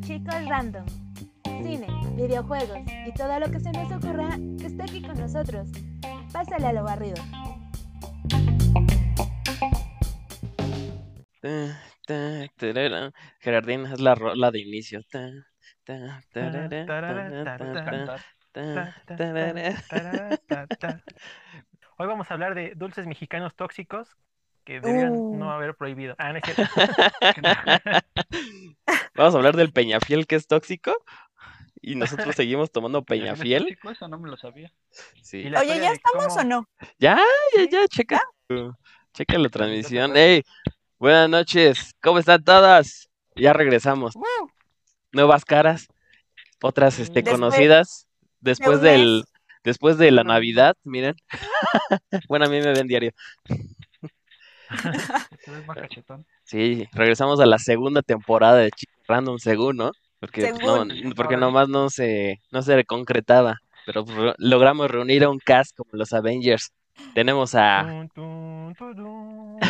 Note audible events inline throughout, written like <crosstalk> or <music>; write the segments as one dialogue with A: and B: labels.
A: Chicos Random. Cine, videojuegos y todo lo que se nos ocurra que esté aquí con nosotros. Pásale a lo barrido.
B: Ta, ta, tarara. Gerardín es la, ro- la de inicio. Ta, ta, tarara, tarara, tarara, ta, tarara.
C: Hoy vamos a hablar de dulces mexicanos tóxicos que deberían
A: Uh.
C: no haber prohibido. Ah,
B: <laughs>
C: no es cierto.
B: Vamos a hablar del Peñafiel que es tóxico. Y nosotros seguimos tomando Peñafiel.
D: Chico, eso no me lo sabía.
B: Sí.
C: Y la
E: Oye,
C: historia
E: ¿ya
C: de
E: estamos
C: cómo-
E: o no?
B: Ya, ya, ya, checa. tu- Checa la transmisión. Ey, buenas noches. ¿Cómo están todas? Ya regresamos. Nuevas caras. Otras este,
E: Después-
B: conocidas. Después
E: de un
B: del,
E: mes.
B: después de la Navidad, miren. <laughs> bueno, a mí me ven diario.
D: Te ves más cachetón.
B: Sí, regresamos a la segunda temporada de Chico Random, según, ¿no? Porque, pues, no,
D: Según.
B: porque nomás no se, no se concretaba. Pero pues, re- logramos reunir a un cast como los Avengers. Tenemos a,
C: Tun, tun, tudun.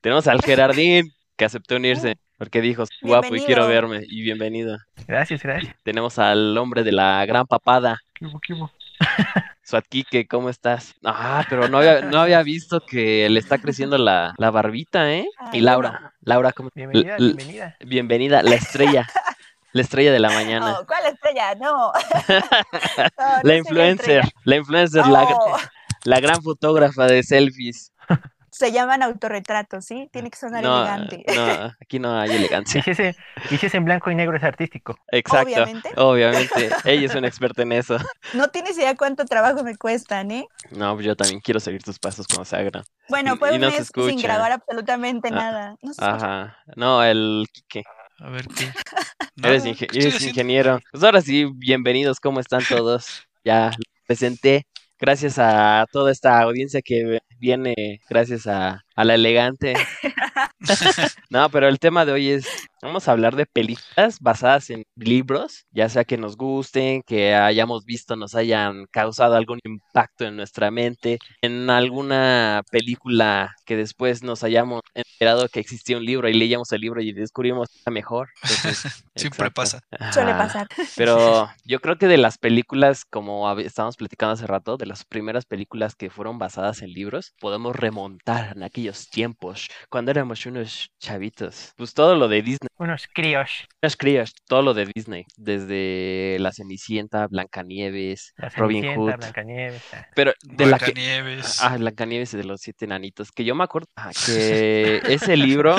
B: tenemos al Gerardín, que aceptó unirse, porque dijo, guapo y quiero
E: Ah. Bienvenido.
B: verme, y bienvenido.
C: Gracias, gracias.
B: Tenemos al hombre de la gran papada,
D: ¿Qué hubo, qué hubo?
B: Suatquique, ¿cómo estás? Ah, pero no había, no había visto que le está creciendo la, la barbita, ¿eh? Y
E: Ay,
B: Laura, Laura, ¿cómo?
C: Bienvenida,
B: L-
C: bienvenida.
B: Bienvenida, la estrella, la estrella de la mañana.
E: Oh, ¿Cuál estrella? No. <laughs> No, no soy
B: La influencer,
E: estrella.
B: la influencer, la,
E: Oh,
B: la gran fotógrafa de selfies.
E: se llaman autorretratos, ¿sí? Tiene que sonar
B: No,
E: elegante.
B: no, aquí no hay
C: Y
E: <laughs>
B: elegancia.
C: si, ese, y si es en blanco y negro es artístico.
B: Exacto.
E: Obviamente. <laughs>
B: Obviamente, ella es una experta en eso.
E: No tienes idea cuánto trabajo me cuestan, ¿eh?
B: No, pues yo también quiero seguir tus pasos como sagra.
E: Bueno,
B: Y-
E: fue
B: y
E: un
B: no se
E: mes sin
B: escucha.
E: grabar absolutamente
B: Ah,
E: nada. No se escucha.
B: Ajá. No, el Quique.
D: A ver,
B: <laughs>
D: ¿qué?
B: Eres,
D: Nada,
B: inge-
D: ¿qué estoy
B: eres
D: haciendo?
B: ingeniero. Pues ahora sí, bienvenidos, ¿cómo están todos? Ya lo presenté. Gracias a toda esta audiencia que viene, gracias a, a la elegante. No, pero el tema de hoy es, vamos a hablar de películas basadas en libros, ya sea que nos gusten, que hayamos visto, nos hayan causado algún impacto en nuestra mente, en alguna película que después nos hayamos enterado que existía un libro y leíamos el libro y descubrimos que era mejor. Entonces,
D: <laughs> Siempre
B: exacto.
D: pasa.
E: Suele
B: Ajá.
E: pasar.
B: Pero yo creo que de las películas, como hab- estábamos platicando hace rato, de las primeras películas que fueron basadas en libros, podemos remontar en aquellos tiempos, cuando éramos unos chavitos. Pues todo lo de Disney,
C: Unos críos.
B: unas crías, todo lo de Disney, desde La Cenicienta, Blancanieves,
C: La
B: Robin
C: Cenicienta,
B: Hood.
C: Blancanieves.
B: <laughs>
C: ah.
B: Pero de la que...
D: Blancanieves.
B: Ah, Blancanieves y de los siete enanitos, que yo me acuerdo ah, que ese libro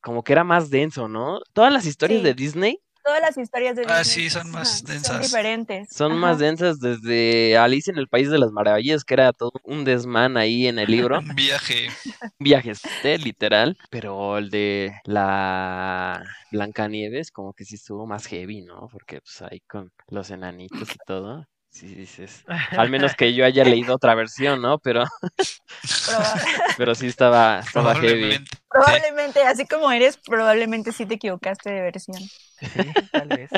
B: como que era más denso, ¿no? Todas las historias
E: Sí.
B: de Disney
E: Todas las historias de
D: Ah,
E: Disney
D: sí, son más
E: son
D: densas.
E: diferentes.
B: Son más
E: Ajá.
B: densas desde Alicia en el País de las Maravillas, que era todo un desmán ahí en el
C: <laughs>
B: libro.
D: Un viaje.
B: Viajes, literal. Pero el de la Blancanieves, como que sí estuvo más heavy, ¿no? Porque pues ahí con los enanitos y todo. Sí, dices. Al menos que yo haya leído otra versión, ¿no? Pero, <laughs>
E: Proba-
B: pero sí estaba, estaba heavy.
D: Probablemente.
E: probablemente, así como eres, probablemente sí te equivocaste de versión.
C: Sí, tal vez.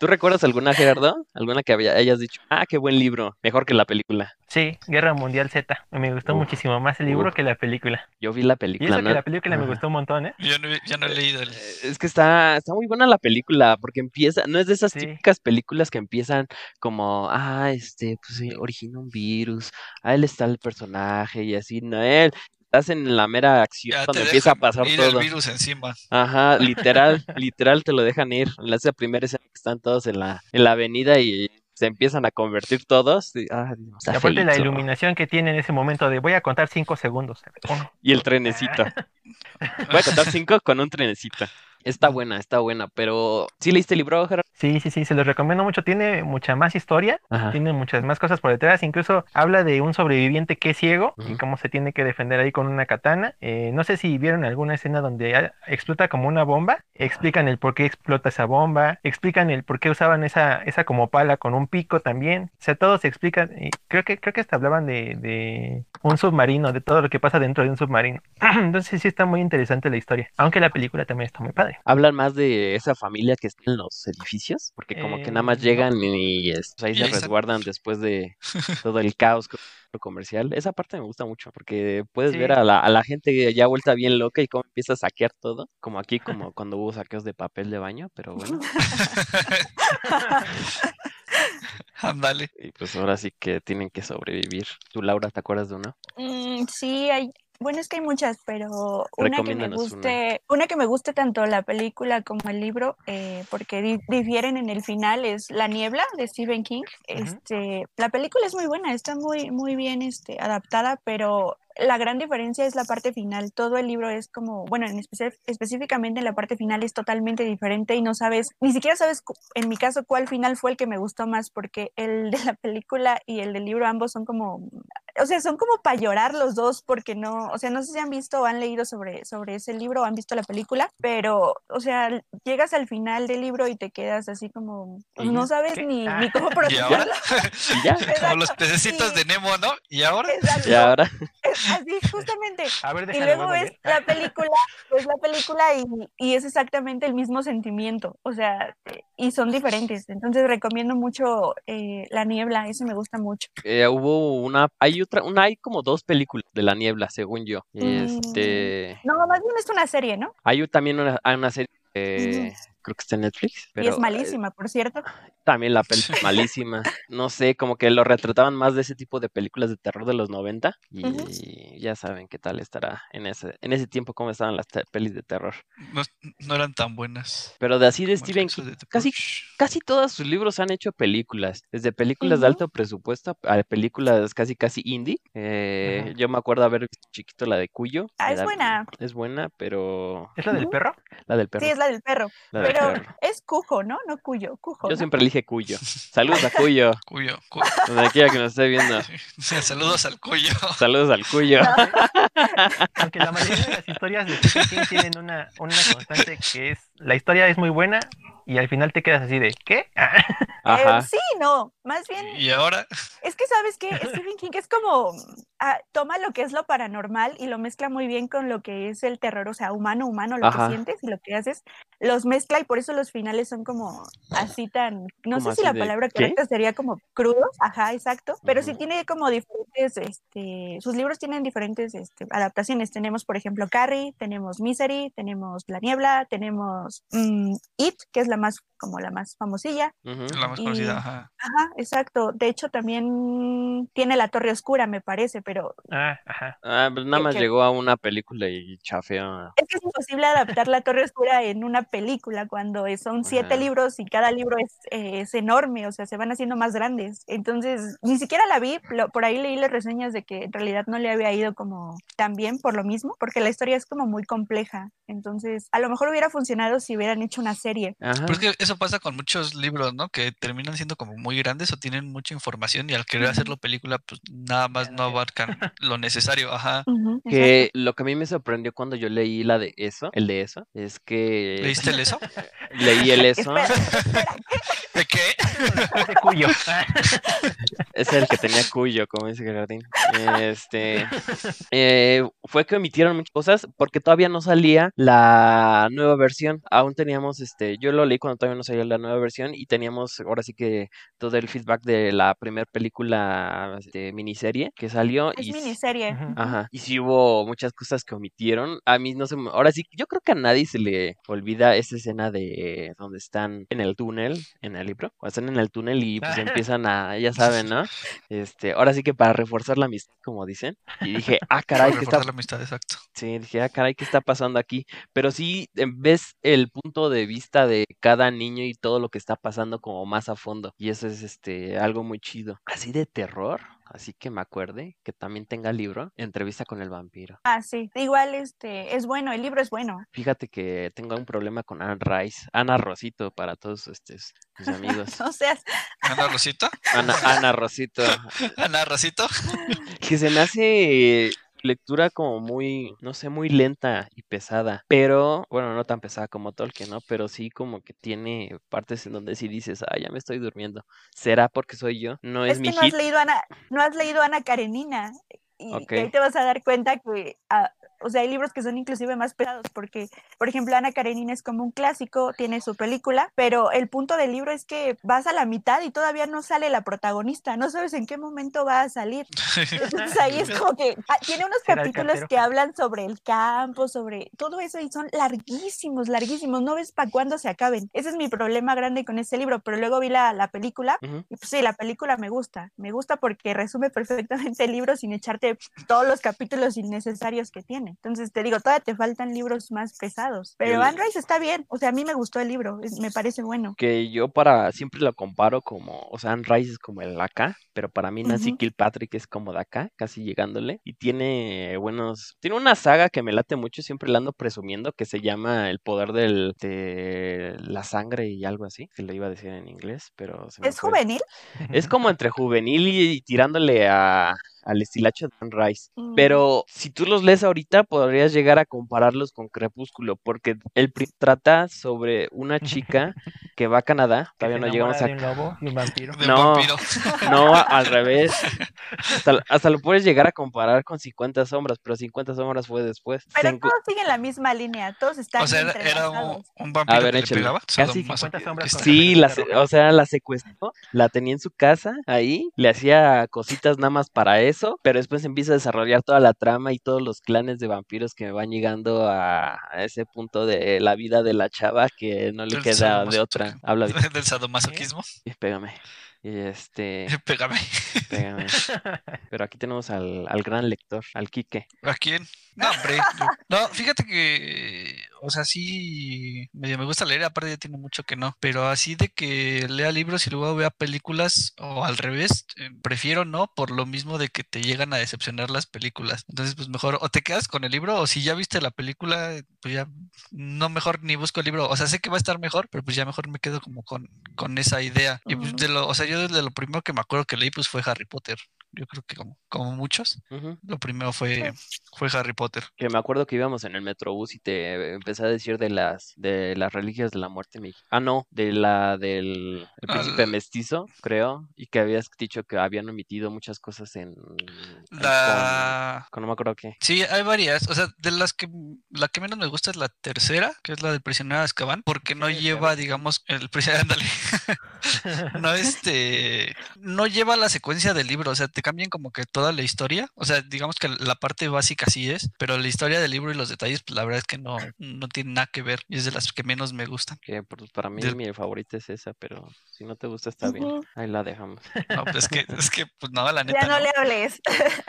B: ¿Tú recuerdas alguna, Gerardo? ¿Alguna que había- hayas dicho, ah, qué buen libro, mejor que la película?
C: Sí, Guerra Mundial Z. Me gustó
B: Uf,
C: muchísimo más el libro
B: uf.
C: que la película.
B: Yo vi la
C: Y
B: película,
C: eso que
B: ¿no?
C: la película me
B: Ajá.
C: gustó un montón, ¿eh?
D: Yo no, he- yo no he leído el...
B: Eh, Es que está, está muy buena la película, porque empieza, no es de esas
C: Sí.
B: típicas películas que empiezan como, ah, este, pues eh, origina un virus, ah, él está el personaje y así, no, él, estás en la mera acción
D: Ya te
B: cuando empieza a
D: dejan
B: pasar
D: ir
B: todo.
D: el virus encima.
B: Ajá,
D: <laughs>
B: literal, literal te lo dejan ir. En la esa primera escena que están todos en la, en la avenida y se empiezan a convertir todos. Y, ah, Dios,
C: Y
B: está
C: aparte la
B: feíto.
C: iluminación que tiene en ese momento de voy a contar cinco segundos. Uno,
B: Y el trenecito. Voy a contar
D: <laughs>
B: cinco con un trenecito. Está buena, está buena, pero ¿sí leíste el libro, Gerardo?
C: Sí, sí, sí, se los recomiendo mucho. Tiene mucha más historia,
B: Ajá.
C: tiene muchas más cosas por detrás. Incluso habla de un sobreviviente que es ciego y
B: Ujú.
C: cómo se tiene que defender ahí con una katana. Eh, no sé si vieron alguna escena donde ah, explota como una bomba. Explican el por qué explota esa bomba. Explican el por qué usaban esa, esa como pala con un pico también. O sea, todos explican. Y creo que, creo que hasta hablaban de, de un <clears throat> submarino, de todo lo que pasa dentro de un submarino. Entonces sí está muy interesante la historia. Aunque la película también está muy padre. madre.
B: ¿Hablan más de esa familia que está en los edificios? Porque como que nada más
C: Eh,
B: llegan y, y, es- ahí
D: Y
B: se
D: ahí se-
B: resguardan después de todo el caos co- comercial. Esa parte me gusta mucho porque puedes
C: Sí.
B: ver a la, a la gente ya vuelta bien loca y cómo empieza a saquear todo. Como aquí, como
C: <laughs>
B: cuando hubo saqueos de papel de baño, pero bueno.
D: Ándale.
B: Y pues ahora sí que tienen que sobrevivir. Tú, Laura, ¿te acuerdas de uno?
E: Mm, sí, hay. Bueno, es que hay muchas, pero una que me
B: Recomiéndanos una.
E: guste, una. que me guste tanto la película como el libro, eh, porque di- difieren en el final, es La Niebla de Stephen King.
C: Ujú.
E: Este, la película es muy buena, está muy, muy bien este, adaptada, pero la gran diferencia es la parte final. Todo el libro es como, bueno, en espe- específicamente en la parte final es totalmente diferente y no sabes, ni siquiera sabes, cu- en mi caso, cuál final fue el que me gustó más, porque el de la película y el del libro ambos son como o sea, son como para llorar los dos porque no, o sea, no sé si han visto o han leído sobre, sobre ese libro o han visto la película, pero, o sea, l- llegas al final del libro y te quedas así como, pues, no
B: ¿Y?
E: sabes
C: ¿Qué?
E: ni,
C: Ah.
E: ni cómo
D: ¿Y ahora?
E: procesarlo.
B: Y
C: <laughs>
B: ya,
D: Como los
E: Exacto,
D: pececitos
E: sí.
D: de Nemo, ¿no? ¿Y ahora?
E: Exacto,
B: y ahora.
E: <laughs> es así
C: <laughs>
E: justamente.
C: A ver,
E: Y
C: déjalo.
E: luego
C: vuelvo a
E: ves
C: ver.
E: la película, ves la película y, y es exactamente el mismo sentimiento, o sea, eh, y son diferentes. Entonces recomiendo mucho eh, La Niebla, eso me gusta mucho.
B: eh, hubo una, hay otra, una, hay como dos películas de la niebla, según yo.
C: Mm.
B: Este,
E: No, más bien es una serie, ¿no?
B: hay un- también una, hay una serie, eh, creo que está en Netflix, pero
E: y es
B: eh,
E: malísima, por cierto.
B: también la película
D: <laughs>
B: malísima. No sé, como que lo retrataban más de ese tipo de películas de terror de los 90 y
E: Ujú.
B: ya saben qué tal estará en ese, en ese tiempo cómo estaban las te- pelis de terror.
D: No, no eran tan buenas.
B: Pero de así de
D: como el
B: Steven
D: caso
B: King,
D: de The
B: casi
D: Purge.
B: Casi todos sus libros han hecho películas, desde películas de
E: Ujú.
B: alto presupuesto a películas casi casi indie. Eh,
C: Ajá.
B: Yo me acuerdo haber visto chiquito la de Cuyo.
E: Ah,
B: me
E: es
B: da-
E: buena.
B: Es buena, pero
C: ¿Es la del
E: Ujú.
C: perro?
B: la del perro.
E: Sí, es la del perro.
B: la del
E: Pero
B: perro.
E: es cujo, ¿no? No cuyo, cujo.
B: Yo
E: ¿no?
B: siempre elige Cuyo. Saludos a Cuyo,
D: Cuyo. cu- <laughs>
B: donde quiera que nos esté viendo.
D: Saludos al cuyo.
B: Saludos al <laughs> Cuyo.
C: Aunque la mayoría de las historias de Stephen King tienen una, una constante que es la historia es muy buena y al final te quedas así de ¿qué? Ah,
E: Eh,
B: Ajá.
E: sí, no. Más bien,
D: Y ahora,
E: es que sabes que Stephen King es como ah, toma lo que es lo paranormal y lo mezcla muy bien con lo que es el terror, o sea, humano, humano, lo
B: Ajá.
E: que sientes y lo que haces, los mezcla y por eso los finales son como así tan, no
B: Como
E: sé si
B: así
E: la
B: de,
E: palabra
B: ¿qué?
E: correcta sería como crudos, ajá, exacto, pero sí
B: Ujú.
E: tiene como diferentes, este, sus libros tienen diferentes este, adaptaciones. Tenemos, por ejemplo, Carrie, tenemos Misery, tenemos La Niebla, tenemos mm, It, que es la más como la más famosilla.
B: Ujú.
D: la más
E: Y-
D: conocida, ajá.
E: Ajá, exacto. De hecho, también tiene la Torre Oscura, me parece, pero
C: ah, ajá.
B: Ah, pues nada
E: que-
B: más
E: que-
B: llegó a una película y chafeó.
E: es que es imposible adaptar la Torre Oscura en una película cuando es- son siete
B: Ajá.
E: libros y cada libro es, eh, es enorme, o sea, se van haciendo más grandes. Entonces, ni siquiera la vi, lo- por ahí leí las reseñas de que en realidad no le había ido como tan bien por lo mismo, porque la historia es como muy compleja. Entonces, a lo mejor hubiera funcionado si hubieran hecho una serie.
B: Ajá.
D: Pero es que eso pasa con muchos libros, ¿no? Que terminan siendo como muy grandes o tienen mucha información y al querer
E: Ujú.
D: hacerlo película, pues nada más
C: no
D: no
C: queda.
B: <laughs>
D: abarcan lo necesario, ajá.
E: Ujú,
B: Que lo que a mí me sorprendió cuando yo leí la de eso, el de eso, es que
D: ¿Leíste el eso?
B: leí <laughs> el eso.
E: exacto. Espera, espera,
D: ¿De qué?
C: Ese
B: <laughs>
C: cuyo. Ah,
B: Es el que tenía cuyo, como dice Gerardín. Este. eh, fue que omitieron muchas cosas porque todavía no salía la nueva versión. Aún teníamos, este. Yo lo leí cuando todavía no salía la nueva versión y teníamos ahora sí que todo el feedback de la primera película de miniserie que salió.
E: es
B: y s-
E: miniserie.
C: Ujú.
E: ujú.
B: Ajá. Y sí hubo muchas cosas que omitieron. A mí no se me... Ahora sí, yo creo que a nadie se le olvida esa escena de donde están en el túnel, en el libro. O están en el túnel y pues
D: <laughs>
C: Ah.
B: empiezan a, ya saben, ¿no? Este, ahora sí que para reforzar la amistad, como dicen. Y dije, ah,
D: <laughs>
B: caray,
D: Para
B: ¿qué está
D: reforzar la amistad, exacto.
B: Sí, dije, ah, caray, ¿qué está pasando aquí? Pero sí eh, ves el punto de vista de cada niño y todo lo que está pasando como más a fondo. Y eso es este algo muy chido. Así de terror, así que me acuerde que también tenga libro, entrevista con el vampiro.
E: Ah, sí. Igual este es bueno, el libro es bueno. <laughs>
B: Fíjate que tengo un problema con Ana Rice, Ana Rosito para todos estos mis amigos.
E: No seas,
D: ¿Ana Rosita? <laughs>
B: Ana, Ana Rosito.
D: ¿Ana <laughs> Rosito?
B: que se me hace lectura como muy, no sé, muy lenta y pesada, pero bueno, no tan pesada como Tolkien, ¿no? Pero sí como que tiene partes en donde sí dices, ah, ya me estoy durmiendo. ¿Será porque soy yo? No es,
E: es
B: mi
E: que no has
B: hit.
E: leído Ana, no has leído Ana Karenina. Y
B: Ok.
E: ahí te vas a dar cuenta que ah, O sea, hay libros que son inclusive más pesados porque, por ejemplo, Ana Karenina es como un clásico, tiene su película, pero el punto del libro es que vas a la mitad y todavía no sale la protagonista, no sabes en qué momento va
B: <laughs>
E: a salir. Entonces ahí es como que ah, tiene unos
C: Será el
E: capítulos
C: cartero.
E: que hablan sobre el campo, sobre todo eso y son larguísimos, larguísimos, no ves para cuándo se acaben. Ese es mi problema grande con este libro, pero luego vi la, la película
B: Ujú.
E: y pues sí, la película me gusta, me gusta porque resume perfectamente <laughs> el libro sin echarte todos los capítulos innecesarios que tiene. Entonces te digo, todavía te faltan libros más pesados, pero
B: El-
E: Van Rice está bien, o sea, a mí me gustó el libro, es- me parece bueno.
B: Que yo para siempre lo comparo como, o sea, Anne Rice es como el acá, pero para mí Nancy
E: Ujú.
B: Kilpatrick es como de acá, casi llegándole. Y tiene buenos, tiene una saga que me late mucho, siempre la ando presumiendo, que se llama El poder del, de la sangre y algo así, que le iba a decir en inglés, pero se me
E: ¿Es
B: fue.
E: juvenil?
B: Es como entre juvenil y, y tirándole a, al estilacho de Anne Rice.
E: Mm.
B: Pero si tú los lees ahorita, podrías llegar a compararlos con Crepúsculo, porque el pri- trata sobre una
C: <laughs>
B: chica que va a Canadá.
C: Que se
B: Todavía no llegamos
C: enamora
B: a.
C: de un lobo y un vampiro.
D: De
B: No.
D: vampiro.
B: No, a- al revés.
C: <laughs>
B: Hasta, hasta lo puedes llegar a comparar con 50 Sombras, pero 50 Sombras fue después. Se
E: Pero
B: encu-
E: todos siguen la misma línea, todos
D: <laughs>
E: están
D: O sea, era, era un,
E: entrelazados.
D: un vampiro
B: ver,
D: que
B: échale.
D: le pegaba.
B: Casi
D: sadomaso-
C: 50 sombras
D: este,
C: con
D: <laughs>
B: Sí, la,
C: Caperucita
B: se-
C: Roja.
B: o sea, la secuestró, la tenía en su casa, ahí, le hacía cositas nada más para eso, pero después empieza a desarrollar toda la trama y todos los clanes de vampiros que van llegando a a ese punto de la vida de la chava que no le
D: Del
B: queda de
D: sadomasoquismo.
B: otra.
D: <laughs>
B: Habla bien,
D: Del sadomasoquismo.
B: pégame. Y este,
D: <laughs> Pégame.
B: pégame. Pero aquí tenemos al, al gran lector, al Quique.
D: ¿A quién? No, hombre. yo- No, fíjate que, o sea, sí, medio me gusta leer, aparte ya tiene mucho que no, pero así de que lea libros y luego vea películas o al revés, eh, prefiero no, por lo mismo de que te llegan a decepcionar las películas. Entonces, pues mejor o te quedas con el libro o si ya viste la película, pues ya no mejor ni busco el libro. O sea, sé que va a estar mejor, pero pues ya mejor me quedo como con, con esa idea. Y pues
E: Ujú.
D: de lo, o sea, yo desde lo primero que me acuerdo que leí, pues fue Harry Potter. Yo creo que como, como muchos.
B: Ujú.
D: Lo primero fue, fue Harry Potter.
B: Que me acuerdo que íbamos en el metrobús y te eh, empecé a decir de las de las religias de la muerte me dij- Ah, no, de la del el príncipe
D: Al-
B: mestizo, creo, y que habías dicho que habían omitido muchas cosas en, en
D: La...
B: con, con no me acuerdo qué.
D: Sí, hay varias. O sea, de las que la que menos me gusta es la tercera, que es la del prisionero de Azkaban, porque no
C: Prisionero de
D: lleva,
C: Azkaban.
D: digamos, el prisionero, <laughs> ándale. No, este, no lleva la secuencia del libro, o sea, te cambian como que toda la historia, o sea, digamos que la parte básica sí es, pero la historia del libro y los detalles, pues la verdad es que no, no tiene nada que ver y es de las que menos me gustan.
B: Que por- para mí
D: Del-
B: mi favorita es esa, pero si no te gusta está bien.
E: Ujú.
B: Ahí la dejamos.
D: No, pues es que, es que, pues no, la neta. <laughs>
E: Ya no
D: no.
E: le hables.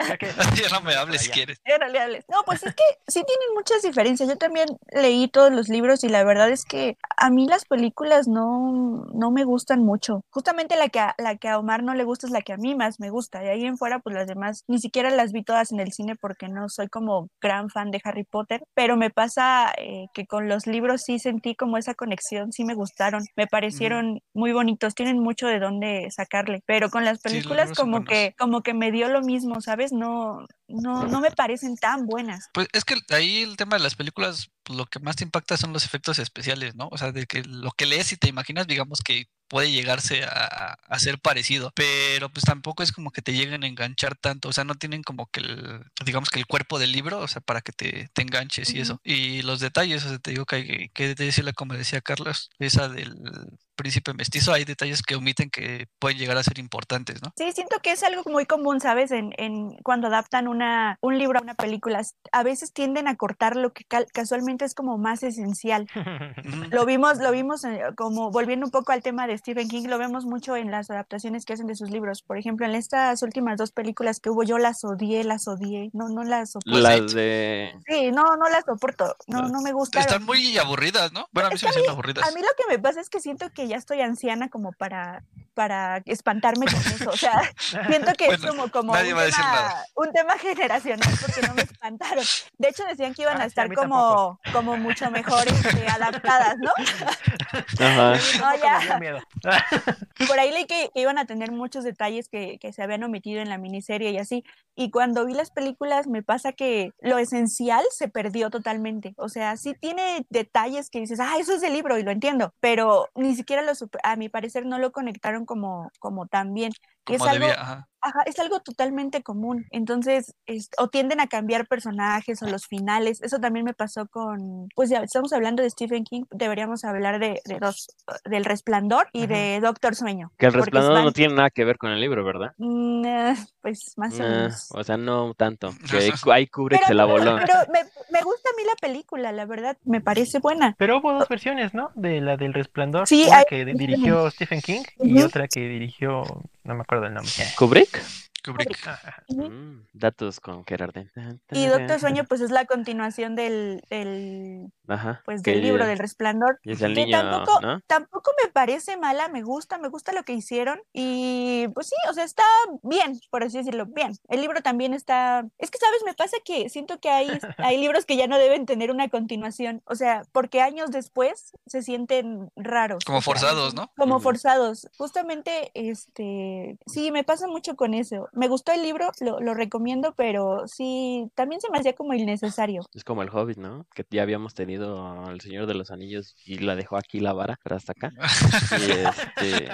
C: Ya que-
D: <laughs> Ya no me hables si
C: Ya.
D: quieres.
E: Ya no le hables. No, pues es que sí tienen muchas diferencias. Yo también leí todos los libros y la verdad es que a mí las películas no, no me gustan mucho. Justamente la que, a, la que a Omar no le gusta es la que a mí más me gusta. De ahí en fuera, pues las demás ni siquiera las vi todas en el cine porque no soy como gran fan de Harry Potter. Pero me pasa eh, que con los libros sí sentí como esa conexión, sí me gustaron. Me parecieron muy bonitos, tienen mucho de dónde sacarle. Pero con las
D: Sí, los
E: películas
D: libros son
E: como
D: buenos.
E: que, como que me dio lo mismo, ¿sabes? No, no, no me parecen tan buenas.
D: Pues es que ahí el tema de las películas, pues, lo que más te impacta son los efectos especiales, ¿no? O sea, de que lo que lees y te imaginas, digamos que puede llegarse a, a ser parecido, pero pues tampoco es como que te lleguen a enganchar tanto, o sea, no tienen como que el, digamos que el cuerpo del libro, o sea, para que te, te enganches y eso. Y los detalles, o sea, te digo que hay que decirle, como decía Carlos, esa del príncipe mestizo, hay detalles que omiten que pueden llegar a ser importantes, ¿no?
E: Sí, siento que es algo muy común, ¿sabes? En, en cuando adaptan una, un libro a una película, a veces tienden a cortar lo que cal- casualmente es como más esencial.
D: Ujú.
E: Lo vimos, lo vimos eh, como volviendo un poco al tema de Stephen King, lo vemos mucho en las adaptaciones que hacen de sus libros. Por ejemplo, en estas últimas dos películas que hubo, yo las odié, las odié, no, no las soporto.
B: La
D: sí.
B: de
E: Sí, no, no las soporto, no, no me gustaron.
D: Están muy aburridas, ¿no? Bueno, a mí se me hicieron aburridas.
E: A mí lo que me pasa es que siento que ya estoy anciana como para, para espantarme con eso.
D: <laughs>
E: O sea, siento que es
D: Bueno,
E: como, como un,
D: nadie va a decir
E: tema,
D: nada.
E: un tema generacional porque no me espantaron. De hecho, decían que iban
C: Ah,
E: a
C: sí, a
E: estar
C: mí
E: como,
C: tampoco.
E: como mucho mejor este, adaptadas,
D: <laughs>
E: ¿no?
B: Ajá.
E: No, ya.
C: <laughs> Me dio miedo. Ah,
E: Por ahí leí que, que iban a tener muchos detalles que, que se habían omitido en la miniserie y así. Y cuando vi las películas me pasa que lo esencial se perdió totalmente. O sea, sí tiene detalles que dices, ah, eso es el libro y lo entiendo, pero ni siquiera lo, supe- a mi parecer no lo conectaron hicieron como, como tan bien. Y es
D: como
E: algo,
D: debía. Ajá.
E: ajá, es algo totalmente común. Entonces, es- o tienden a cambiar personajes o los finales. Eso también me pasó con, pues ya estamos hablando de Stephen King, deberíamos hablar de, de dos, del Resplandor y
D: Ujú.
E: de Doctor Sueño.
B: Que el
E: porque
B: resplandor no
E: van-
B: tiene nada que ver con el libro, ¿verdad?
E: Mm, eh, pues más o
B: Nah,
E: menos.
B: o sea, no tanto.
D: <laughs>
B: Que ahí cu- ahí Kubrick
E: Pero-
B: se la voló.
E: Pero me, me gusta a mí la película, la verdad, me parece buena.
C: Pero hubo dos versiones, ¿no? De la del Resplandor,
E: Sí,
C: una
E: hay-
C: que dirigió Stephen King y
E: Ujú.
C: otra que dirigió, no me acuerdo el nombre.
B: ¿Kubrick?
D: Kubrick.
C: Ah,
E: Ujú.
B: Mm, datos con Gerardín.
E: Y Doctor Sueño, pues es la continuación del, del,
B: Ajá.
E: pues,
B: que
E: del libro
B: ya-
E: del resplandor.
B: ya es el
E: que
B: niño,
E: tampoco-
B: ¿no?
E: Tampoco me parece mala, me gusta, me gusta lo que hicieron. Y pues sí, o sea, está bien, por así decirlo, bien. El libro también está. Es que, ¿sabes? Me pasa que siento
D: <laughs>
E: que hay, hay libros que ya no deben tener una continuación. O sea, porque años después se sienten raros.
D: Como
E: o sea,
D: forzados, ¿no?
E: como
B: Ujú.
E: forzados. Justamente, este, sí, me pasa mucho con eso. Me gustó el libro, lo, lo recomiendo, pero sí, también se me hacía como innecesario.
B: Es como el Hobbit, ¿no? Que ya habíamos tenido El Señor de los Anillos y la dejó aquí la vara, pero hasta
E: <laughs>
B: acá. Y este,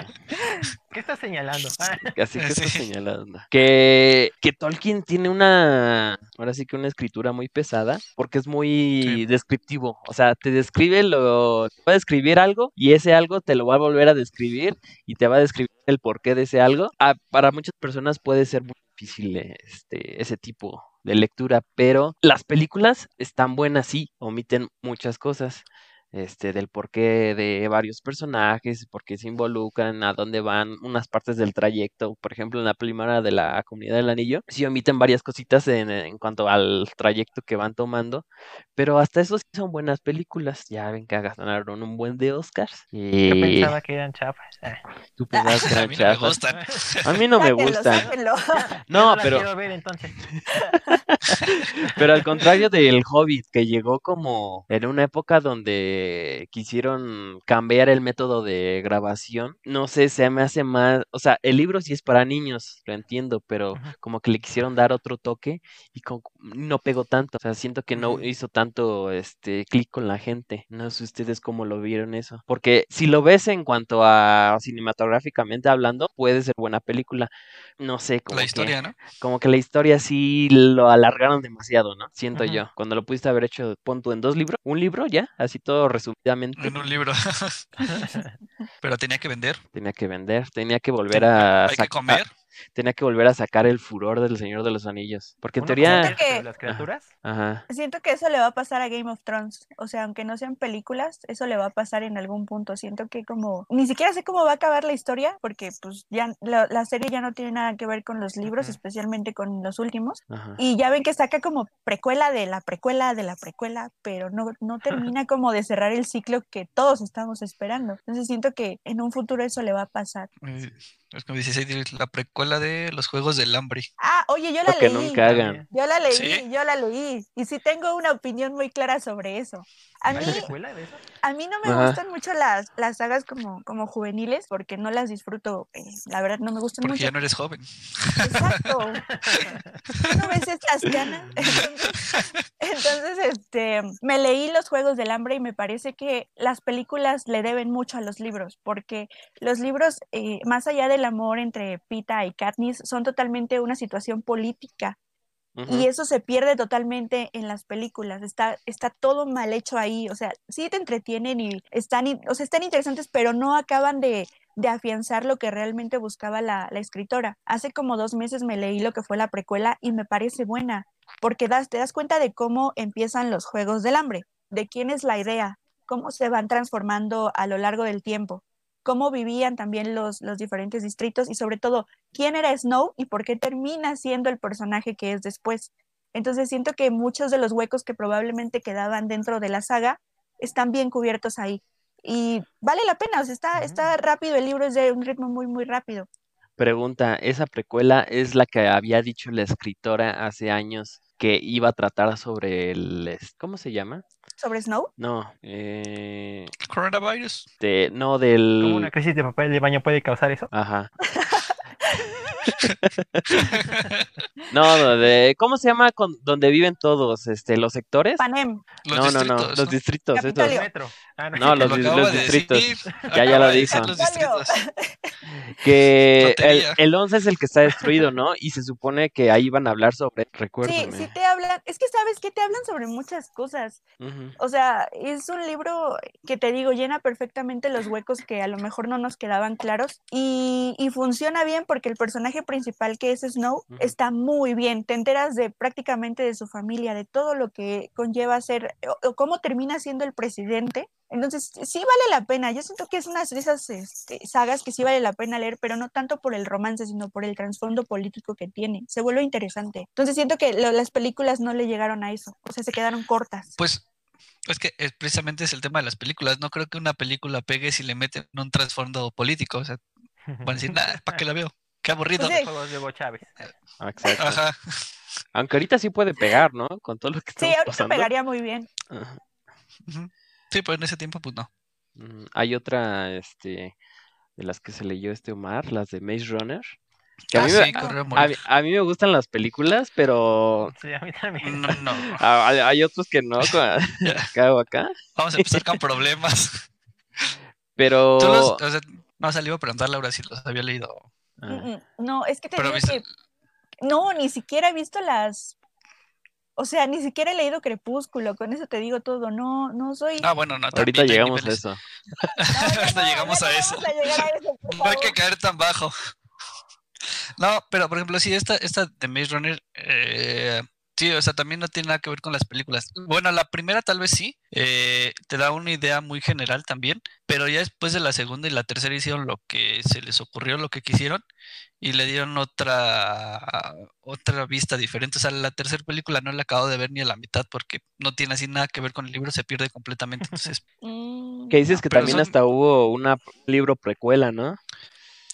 C: ¿Qué estás señalando? Ah,
B: <laughs> Así que
D: Sí.
B: estás señalando. Que, que Tolkien tiene una, ahora sí que una escritura muy pesada, porque es muy
D: Sí.
B: descriptivo. O sea, te describe lo, te va a describir algo y ese algo te lo va a volver a describir y te va a describir el porqué de ese algo. Ah, para muchas personas puede ser muy difícil eh, este, ese tipo de lectura, pero las películas están buenas, sí, omiten muchas cosas este, del porqué de varios personajes, por qué se involucran, a dónde van, unas partes del trayecto. Por ejemplo, en la primera de la Comunidad del Anillo, sí omiten varias cositas en, en cuanto al trayecto que van tomando, pero hasta eso sí son buenas películas. Ya ven que ganaron un buen de Oscars. Y
C: yo pensaba que eran chafas. Ah,
B: <laughs> tú pensabas que
D: <laughs> A
B: eran
D: mí no me
B: chafas.
D: gustan. <laughs>
B: A mí no me
E: Sáquenlo,
B: gustan.
E: sáquenlo.
C: yo
B: No,
C: la
B: pero
C: quiero ver entonces.
B: Pero al contrario del Hobbit, que llegó como en una época donde quisieron cambiar el método de grabación, no sé, se me hace más, o sea, el libro sí es para niños, lo entiendo, pero
C: Ujú.
B: como que le quisieron dar otro toque y co- no pegó tanto, o sea, siento que no
D: Ujú.
B: hizo tanto este clic con la gente. No sé ustedes cómo lo vieron eso, porque si lo ves en cuanto a cinematográficamente hablando, puede ser buena película. No sé, como
D: La
B: que-
D: historia, ¿no?
B: como que la historia sí lo alargaron demasiado, ¿no? Siento
C: Ujú.
B: yo. Cuando lo pudiste haber hecho, pon tú en dos libros, un libro ya, así todo resumidamente.
D: En un libro. <laughs> Pero tenía que vender.
B: Tenía que vender, tenía que volver a,
D: Tenía- Hay
B: sac-
D: que
B: a-
D: comer.
B: tenía que volver a sacar el furor del Señor de los Anillos, porque en
C: Uno como
B: teoría,
E: Siento que-
C: de las criaturas.
B: ajá,
E: Siento que eso le va a pasar a Game of Thrones. O sea, aunque no sean películas, eso le va a pasar en algún punto. Siento que como... Ni siquiera sé cómo va a acabar la historia, porque pues ya la, la serie ya no tiene nada que ver con los libros,
C: Ujú.
E: especialmente con los últimos.
B: ajá.
E: Y ya ven que saca como precuela de la precuela de la precuela, pero no,
B: <laughs>
E: no termina como de cerrar el ciclo que todos estamos esperando. Entonces siento que en un futuro eso le va a pasar.
D: Eh, Es como dice Sadie, la precuela de los Juegos del Hambre.
E: Ah, oye, yo la
B: Lo que
E: leí.
B: nunca hagan.
C: También.
E: Yo la leí,
D: ¿Sí?
E: yo la leí. Y sí tengo una opinión muy clara sobre eso. A mí,
C: ¿Hay secuela de eso?
E: a mí no me
B: Ajá.
E: gustan mucho las, las sagas como, como juveniles porque no las disfruto. eh, la verdad, no me gustan
D: Porque
E: mucho.
D: ya no eres joven.
E: Exacto. ¿No ves estas ganas? Entonces, entonces, este, me leí Los Juegos del Hambre y me parece que las películas le deben mucho a los libros, porque los libros, eh, más allá del amor entre Pita y Katniss, son totalmente una situación política
B: Ujú.
E: y eso se pierde totalmente en las películas. Está, está todo mal hecho ahí. O sea, sí te entretienen y están, in- o sea, están interesantes, pero no acaban de, de afianzar lo que realmente buscaba la, la escritora. Hace como dos meses me leí lo que fue la precuela y me parece buena, porque das, te das cuenta de cómo empiezan los Juegos del Hambre, de quién es la idea, cómo se van transformando a lo largo del tiempo cómo vivían también los, los diferentes distritos y sobre todo quién era Snow y por qué termina siendo el personaje que es después. Entonces siento que muchos de los huecos que probablemente quedaban dentro de la saga están bien cubiertos ahí. Y vale la pena, o sea, está,
C: Ujú.
E: está rápido, el libro es de un ritmo muy, muy rápido.
B: Pregunta, ¿esa precuela es la que había dicho la escritora hace años que iba a tratar sobre el, es- ¿cómo se llama?
E: ¿Sobre Snow?
B: No, eh,
D: Coronavirus.
B: de- no
C: ¿Cómo
B: del,
D: <laughs>
C: una crisis de papel de baño puede causar eso?
B: ajá. No, no, de- ¿cómo se llama con- donde viven todos? Este, ¿Los sectores?
E: Panem.
B: no, no,
D: Los
B: no,
D: distritos,
B: los distritos, esos.
E: Capitolio.
C: Metro. Ah,
B: No, los
D: Lo
B: dis-
D: acabo
B: los
D: de
B: distritos.
D: decir,
B: ya
D: acabo
B: lo
D: de
B: dijo.
D: decir los distritos.
B: Que el,
D: Lotería.
B: el 11 es el que está destruido, ¿no? Y se supone que ahí van a hablar sobre,
E: Sí,
B: recuérdame.
E: sí te hablan. Es que sabes que te hablan sobre muchas cosas.
B: Ujú.
E: O sea, es un libro que te digo, llena perfectamente los huecos que a lo mejor no nos quedaban claros y, y funciona bien porque el personaje principal que es Snow
B: Ujú.
E: está muy bien. Te enteras de prácticamente de su familia, de todo lo que conlleva ser o, o cómo termina siendo el presidente. Entonces, sí vale la pena. Yo siento que es una de esas este, sagas que sí vale la pena leer, pero no tanto por el romance, sino por el trasfondo político que tiene. Se vuelve interesante. Entonces, siento que lo- las películas no le llegaron a eso. O sea, se quedaron cortas.
D: Pues es que es- precisamente es el tema de las películas. No creo que una película pegue si le meten un trasfondo político. O sea,
C: <laughs>
D: van a decir, nada, ¿para qué la veo? Qué aburrido.
E: Pues sí.
C: Juegos de Hugo Chávez.
B: Ah, exacto.
D: Ajá.
B: Aunque ahorita sí puede pegar, ¿no? Con todo lo que
E: Sí,
B: estamos
E: ahorita
B: pasando.
E: pegaría muy bien.
B: Ajá.
D: Ujú. Sí, pero en ese tiempo, pues no.
B: Mm, Hay otra, este, de las que se leyó este Omar, las de Maze Runner. Que a,
D: Ah,
B: mí me,
D: sí, correr a
B: a,
D: morir.
B: a mí me gustan las películas, pero
C: Sí, a mí también.
D: No, no.
B: ah, hay, hay otros que no,
D: <laughs> Ya.
B: cago acá.
D: Vamos a empezar con problemas. <laughs>
B: Pero...
D: Tú los- o sea, no salió a preguntar Laura si los había leído.
B: Ah,
E: Mm, mm. No, es que te
D: Pero
E: digo
D: viste-
E: que no, ni siquiera he visto las. O sea, ni siquiera he leído Crepúsculo, con eso te digo todo. No, no soy.
D: Ah, bueno, no.
B: ahorita
D: también hay
B: llegamos a
D: niveles.
B: eso.
E: <laughs> no,
D: ahorita llegamos a eso.
E: vamos a llegar a eso, por
D: <laughs> No hay que
E: favor.
D: caer tan bajo. No, pero por ejemplo, sí, esta, esta de Maze Runner, eh, sí, o sea, también no tiene nada que ver con las películas. Bueno, la primera tal vez sí, eh, te da una idea muy general también, pero ya después de la segunda y la tercera hicieron lo que se les ocurrió, lo que quisieron, y le dieron otra, otra vista diferente. O sea, la tercera película no la acabo de ver ni a la mitad porque no tiene así nada que ver con el libro, se pierde completamente. Entonces,
E: Mm,
B: Que dices que
D: pero
B: también
D: son-
B: hasta hubo una- un libro precuela, ¿no?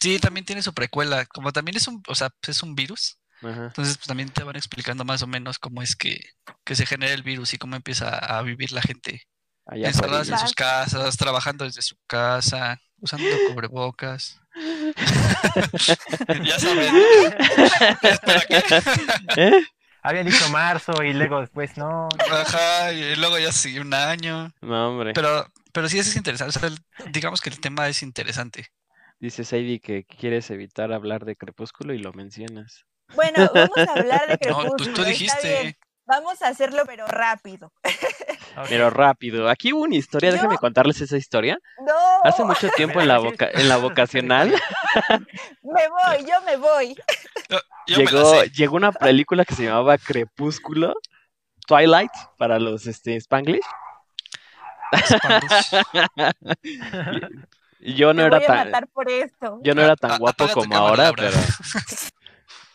D: sí, también tiene su precuela, como también es un, o sea, pues, es un virus.
B: Ajá.
D: Entonces, pues también te van explicando más o menos cómo es que, que se genera el virus y cómo empieza a vivir la gente
B: Allá por
D: encerradas
B: el-
D: en sus casas, trabajando desde su casa, usando
B: <laughs>
D: cubrebocas. ya saben. Es para que-
B: <laughs> ¿Eh?
C: Habían dicho marzo y luego después no.
D: <laughs> Ajá, y luego ya sí, un año.
B: No, hombre.
D: Pero, pero sí, eso es interesante. o sea, el- digamos que el tema es interesante.
B: Dice Sadie que quieres evitar hablar de Crepúsculo y lo mencionas.
E: <laughs> Bueno, vamos a hablar
D: <laughs>
E: de
D: No,
E: Crepúsculo.
D: pues tú
E: está
D: dijiste.
E: bien. Vamos a hacerlo, pero rápido.
C: Ok.
B: Pero rápido, aquí hubo una historia,
E: Yo-
B: déjenme contarles esa historia.
E: No,
B: Hace
E: <laughs>
B: mucho tiempo en la, voca- en la
C: <laughs>
B: vocacional
C: Ah.
E: me voy, yo me voy.
D: <laughs> Yo me la
B: llegó, <laughs>
D: sé.
B: llegó una película que se llamaba Crepúsculo, Twilight, para los este, Spanglish.
D: <laughs>
B: Y yo no
E: me
B: era
E: voy a
B: tan,
E: matar por esto.
B: yo no era tan
D: A-
B: guapo
D: apaga tu
B: como
D: cámara,
B: ahora,
D: Laura.
B: pero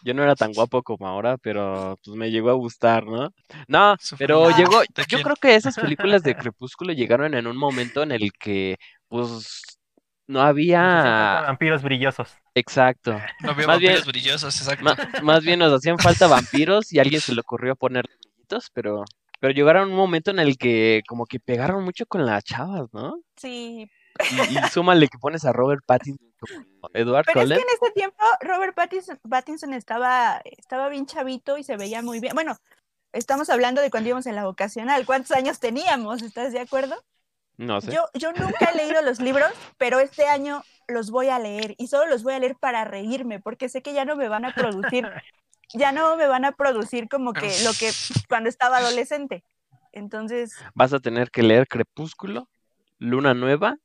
B: yo no era tan guapo como ahora, pero pues me llegó a gustar, ¿no? No,
D: Eso fue
B: pero
D: una-
B: llegó,
D: <laughs> ¿De
B: yo
D: quién?
B: creo que esas películas
D: <laughs>
B: de Crepúsculo llegaron en un momento en el que, pues, no
C: Nos hacían
B: había,
C: falta Vampiros brillosos.
B: exacto.
D: <laughs> No había
B: Más bien-
D: vampiros brillosos, exacto.
B: Ma- más bien nos hacían falta vampiros y a alguien se le ocurrió poner brillitos, pero, pero llegaron a un momento en el que como que pegaron mucho con las chavas, ¿no?
E: Sí,
B: Y, y súmale que pones a Robert Pattinson como Edward
E: Pero es que
B: Cullen.
E: en ese tiempo Robert Pattinson, Pattinson estaba, estaba bien chavito y se veía muy bien. Bueno, estamos hablando de cuando íbamos en la vocacional. ¿Cuántos años teníamos? ¿Estás de acuerdo?
B: No sé.
E: Yo, yo nunca he leído los libros, pero este año los voy a leer y solo los voy a leer para reírme, porque sé que ya no me van a producir, ya no me van a producir como que lo que cuando estaba adolescente. Entonces,
B: Vas a tener que leer Crepúsculo, Luna Nueva,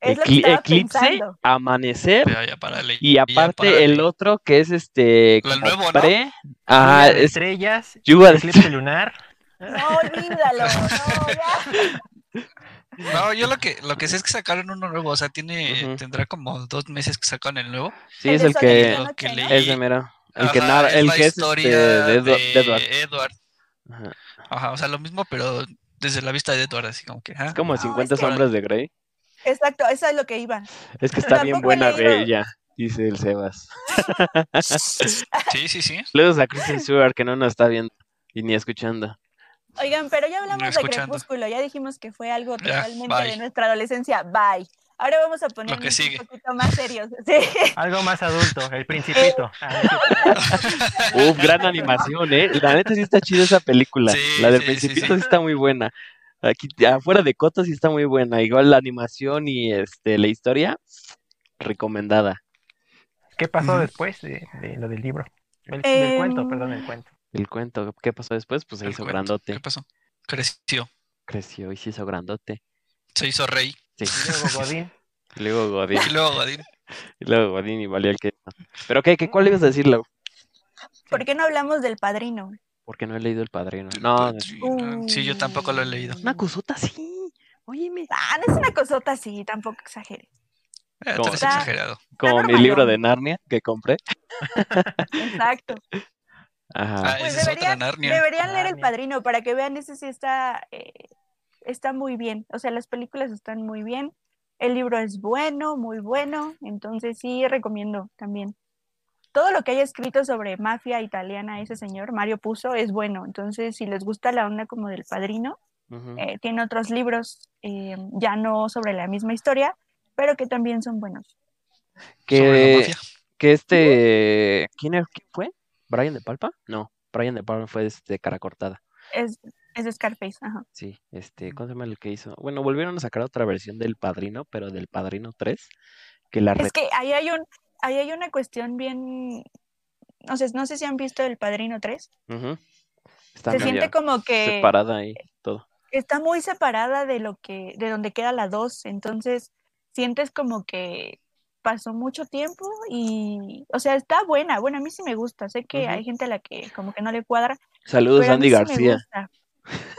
E: es lo que
B: Ecli-
E: estaba
B: Eclipse,
E: pensando.
B: Amanecer
D: Ya, ya, párale,
B: y
D: ya,
B: aparte
D: párale.
B: el otro que es este...
D: Lo
B: como
D: nuevo, ¿no?
B: pre- Ajá, Ah,
C: Lluvia de
E: Ah,
B: es... <laughs>
C: estrellas,
B: Lluvia de-
C: eclipse lunar.
E: No, olvídalo, no, ya.
D: No, yo lo que, lo que sé es que sacaron uno nuevo, o sea, tiene,
B: Ujú.
D: tendrá como dos meses que sacaron el nuevo.
B: Sí, es
E: El
B: el
E: de
B: que...
E: Solitario.
D: que
E: noche, ¿no?
B: Ese mero. El que,
D: Ajá,
B: narra- el
D: la
B: que es este,
D: historia
B: de, Edward- de Edward.
D: Edward.
B: Ajá.
D: Ajá, o sea, lo mismo, pero desde la vista de Edward, así como que, ah,
B: Es como
E: No, es
B: 50
E: que-
B: sombras de Grey.
E: Exacto, eso es lo que iba.
B: Es
E: <laughs>
B: que está bien
E: Tampoco
B: buena
E: he leído.
B: Grey ya, dice el Sebas.
D: sí, sí, sí.
B: Saludos a Kristen Stewart que no nos está viendo y ni escuchando.
E: Oigan, pero ya hablamos de
D: escuchando.
E: Crepúsculo, ya dijimos que fue algo
D: Ya,
E: totalmente
D: bye.
E: de nuestra adolescencia. Bye. Ahora vamos a poner un
D: sigue.
E: poquito más serios. <laughs> Sí.
C: Algo más adulto, el
E: Eh.
C: principito. Ah, no, sí.
B: Uf, gran animación, ¿eh? La neta sí está chida esa película.
D: Sí,
B: la del
D: sí, sí,
B: Principito
D: sí.
B: sí está muy buena. Aquí, afuera de Coto sí está muy buena. Igual la animación y este la historia, recomendada.
C: ¿Qué pasó
B: Mm.
D: Ujú.
C: después de, de lo del libro? El, del
E: Em,
C: cuento, perdón, el cuento.
B: El cuento, ¿qué pasó después? Pues se
D: El
B: hizo
D: cuento. ¿Qué
B: grandote.
D: pasó? Creció,
B: Creció y se hizo grandote.
D: se hizo rey.
B: Sí.
C: Y luego Godín.
B: <laughs> Y luego Godín.
D: Y luego Godín.
B: Y luego Godín y valió el que. ¿Pero qué? qué ¿Cuál ibas a decirlo?
E: ¿Por qué no hablamos del padrino?
B: Porque no he leído El Padrino. No,
D: pues, Sí, no, Sí, yo tampoco lo he leído.
B: una cosota sí. Óyeme.
E: Ah, no es una cosota así, tampoco exageres.
D: Eh,
B: ¿Cómo?
D: Tú eres exagerado.
B: Como mi
E: normalón.
B: libro de Narnia que compré.
E: Exacto.
B: Ajá.
D: Ah,
E: Pues
D: esa es otra
E: deberían,
D: Narnia.
E: deberían leer El
C: Narnia.
E: Padrino para que vean, ese sí está, eh, está muy bien. O sea, las películas están muy bien. El libro es bueno, muy bueno. Entonces sí, recomiendo también. Todo lo que haya escrito sobre mafia italiana ese señor, Mario Puzo, es bueno. Entonces, si les gusta la onda como del Padrino,
B: Ujú.
E: eh, tiene otros libros, eh, ya no sobre la misma historia, pero que también son buenos.
D: Sobre la
B: Que,
D: mafia. <laughs>
B: que este. ¿Quién, era- quién fue? ¿Brian de Palpa? No, Brian de Palma fue este cara cortada.
E: Es, es de Scarface, ajá.
B: Sí, este, ¿cómo se llama el que hizo? Bueno, volvieron a sacar otra versión del Padrino, pero del Padrino 3, que la re-
E: Es que ahí hay un, ahí hay una cuestión bien, no sé, no sé si han visto El Padrino 3.
B: Ujú. Está
E: Se
B: medio
E: siente como que
B: separada ahí todo.
E: está muy separada de lo que, de donde queda la 2. Entonces, sientes como que pasó mucho tiempo y, o sea, está buena. Bueno, a mí sí me gusta. Sé que
B: Ujú.
E: hay gente a la que como que no le cuadra,
B: Saludos,
E: pero a
B: Andy
E: mí sí me
B: García.
E: gusta.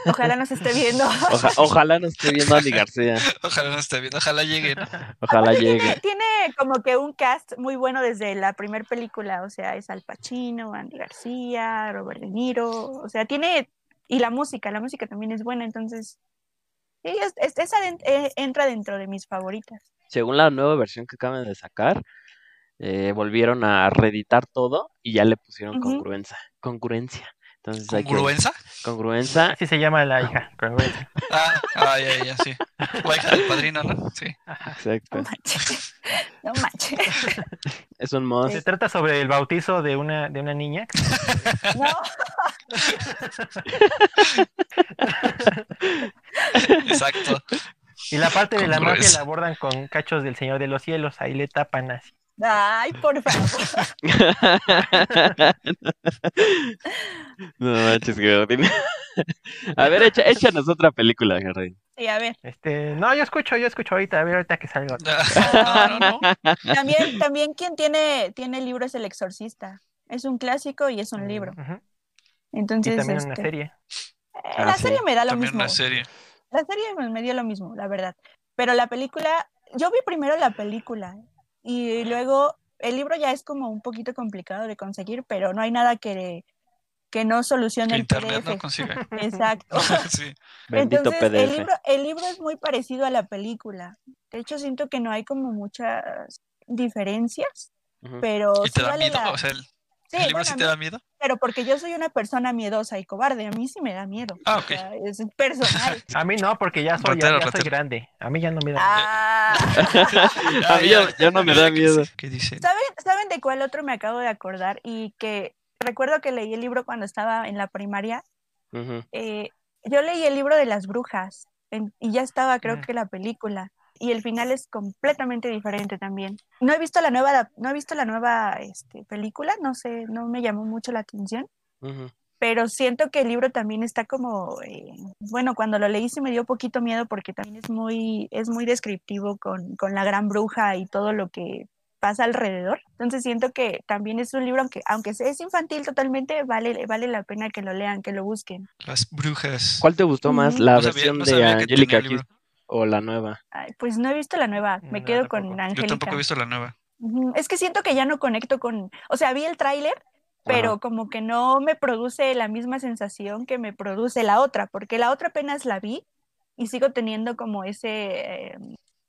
E: Ojalá nos
B: <laughs>
E: esté viendo.
B: Oja- ojalá no esté viendo Andy García.
D: Ojalá no esté viendo, ojalá llegue.
B: Pues
D: ¿no?
B: Ojalá
E: Tiene,
B: llegue.
E: tiene como que un cast muy bueno desde la primera película, o sea, es Al Pacino, Andy García, Robert De Niro, o sea, tiene, y la música, la música también es buena, entonces, sí, es- es- esa den- eh, entra dentro de mis favoritas.
B: Según la nueva versión que acaban de sacar, eh, volvieron a reeditar todo y ya le pusieron
E: Ujú.
B: congruencia. Congruencia. Entonces hay que-
D: ¿Congruenza?
B: congruencia
C: Así se llama la hija. congruencia.
D: Ah, ah, ya, ya, sí. La hija del padrino, ¿no? Sí.
B: Exacto.
C: Pues.
E: No manches, <laughs> no manches,
B: Es un mod.
C: Se trata sobre el bautizo de una, de una niña.
E: no,
D: Exacto. <laughs>
C: Y la parte de la mafia
D: Congruencia.
C: la abordan con cachos del Señor de los Cielos. Ahí le tapan así.
E: ay, por favor,
B: Eh, no manches, Gerardín. <laughs> A ver, echa- échanos otra película, Gerardín.
E: sí, a ver,
C: Este, no, yo escucho, yo escucho ahorita. A ver, ahorita que salgo.
D: Ah, No, no,
C: <laughs>
D: no.
E: también, también quien tiene, tiene el libro es El Exorcista, es un clásico y es un libro,
C: Ujú.
E: entonces,
C: Mm. Y también una
E: este,
C: serie.
E: eh,
B: Ah,
E: la
B: sí.
E: serie me da lo
D: También
E: mismo.
D: una serie.
E: La serie me me dio lo mismo, la verdad. Pero la película, yo vi primero la película y luego el libro ya es como un poquito complicado de conseguir, pero no hay nada que, que no solucione
D: Que
E: el
D: internet
E: PDF.
D: no
E: <laughs>
D: consigue. <laughs>
E: Exacto.
D: Sí.
B: Bendito
E: Entonces, El,
B: PDF.
E: libro, el libro es muy parecido a la película. De hecho, siento que no hay como muchas diferencias,
B: Ujú.
E: pero
D: ¿Y te
E: sí
D: da
E: vale
D: miedo?
E: la-
D: O sea, ¿el,
E: <laughs> Sí,
D: el libro
E: bueno,
D: sí
E: a
D: te
E: mí-
D: da miedo?
E: pero porque yo soy una persona miedosa y cobarde, a mí sí me da miedo.
D: Ah,
E: O
D: ok. Eh,
E: sea, es
D: <laughs>
E: personal.
C: A mí no, porque ya soy, ya-
D: Ratero,
C: ya soy
D: ratero.
C: grande. A mí ya no me da.
E: Ah.
B: <laughs> A mí ya, ya no me da miedo.
D: ¿Qué dice?
E: ¿Saben, ¿Saben de cuál otro me acabo de acordar? Y que recuerdo que leí el libro cuando estaba en la primaria.
B: Ujú.
E: eh, yo leí el libro de las brujas en- y ya estaba, creo
C: Mm.
E: que la película. Y el final es completamente diferente también. No he visto la nueva, adap- no he visto la nueva este, película, no sé, no me llamó mucho la atención,
B: Ujú.
E: pero siento que el libro también está como, eh, bueno, cuando lo leí sí me dio poquito miedo porque también es muy, es muy descriptivo con, con la gran bruja y todo lo que pasa alrededor. Entonces siento que también es un libro, aunque, aunque sea- es infantil totalmente, vale, vale la pena que lo lean, que lo busquen.
D: Las brujas.
B: ¿Cuál te gustó más,
E: Ujú.
B: la
D: No sabía-
B: versión
D: no
B: de
D: sabía que tenía
B: Angélica
D: el libro.
B: Houston o la nueva?
E: Ay, pues no he visto la nueva, me
C: Mm, No,
E: quedo
C: tampoco.
E: con
C: Yo
D: Yo tampoco
E: Angélica.
D: he visto la nueva.
E: Ujú, Es que siento que ya no conecto con, o sea, vi el tráiler, pero
B: Ajá.
E: como que no me produce la misma sensación que me produce la otra, porque la otra apenas la vi y sigo teniendo como ese, eh,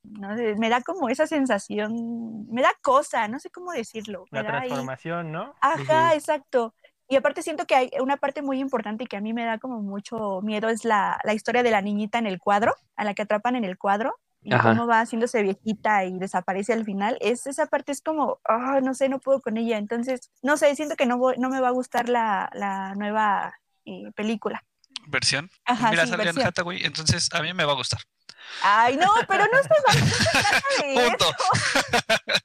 E: no sé, me da como esa sensación, me da cosa, no sé cómo decirlo, me
C: La
E: da ahí-
C: transformación, ¿no?
E: Ajá,
B: Ujú.
E: exacto. Y aparte siento que hay una parte muy importante y que a mí me da como mucho miedo es la, la historia de la niñita en el cuadro, a la que atrapan en el cuadro. y
B: Ajá.
E: cómo va haciéndose viejita y desaparece al final, es esa parte es como, ah, no sé, no puedo con ella. Entonces, no sé, siento que no, voy- no me va a gustar la, la nueva eh, película.
D: Versión.
E: Ajá,
D: Mira,
E: sí,
D: sale Anne
B: <laughs>
E: versión.
D: Hathaway, entonces a mí me va a gustar.
E: Ay, no, pero no se, va, no se trata de
D: Punto.
E: eso.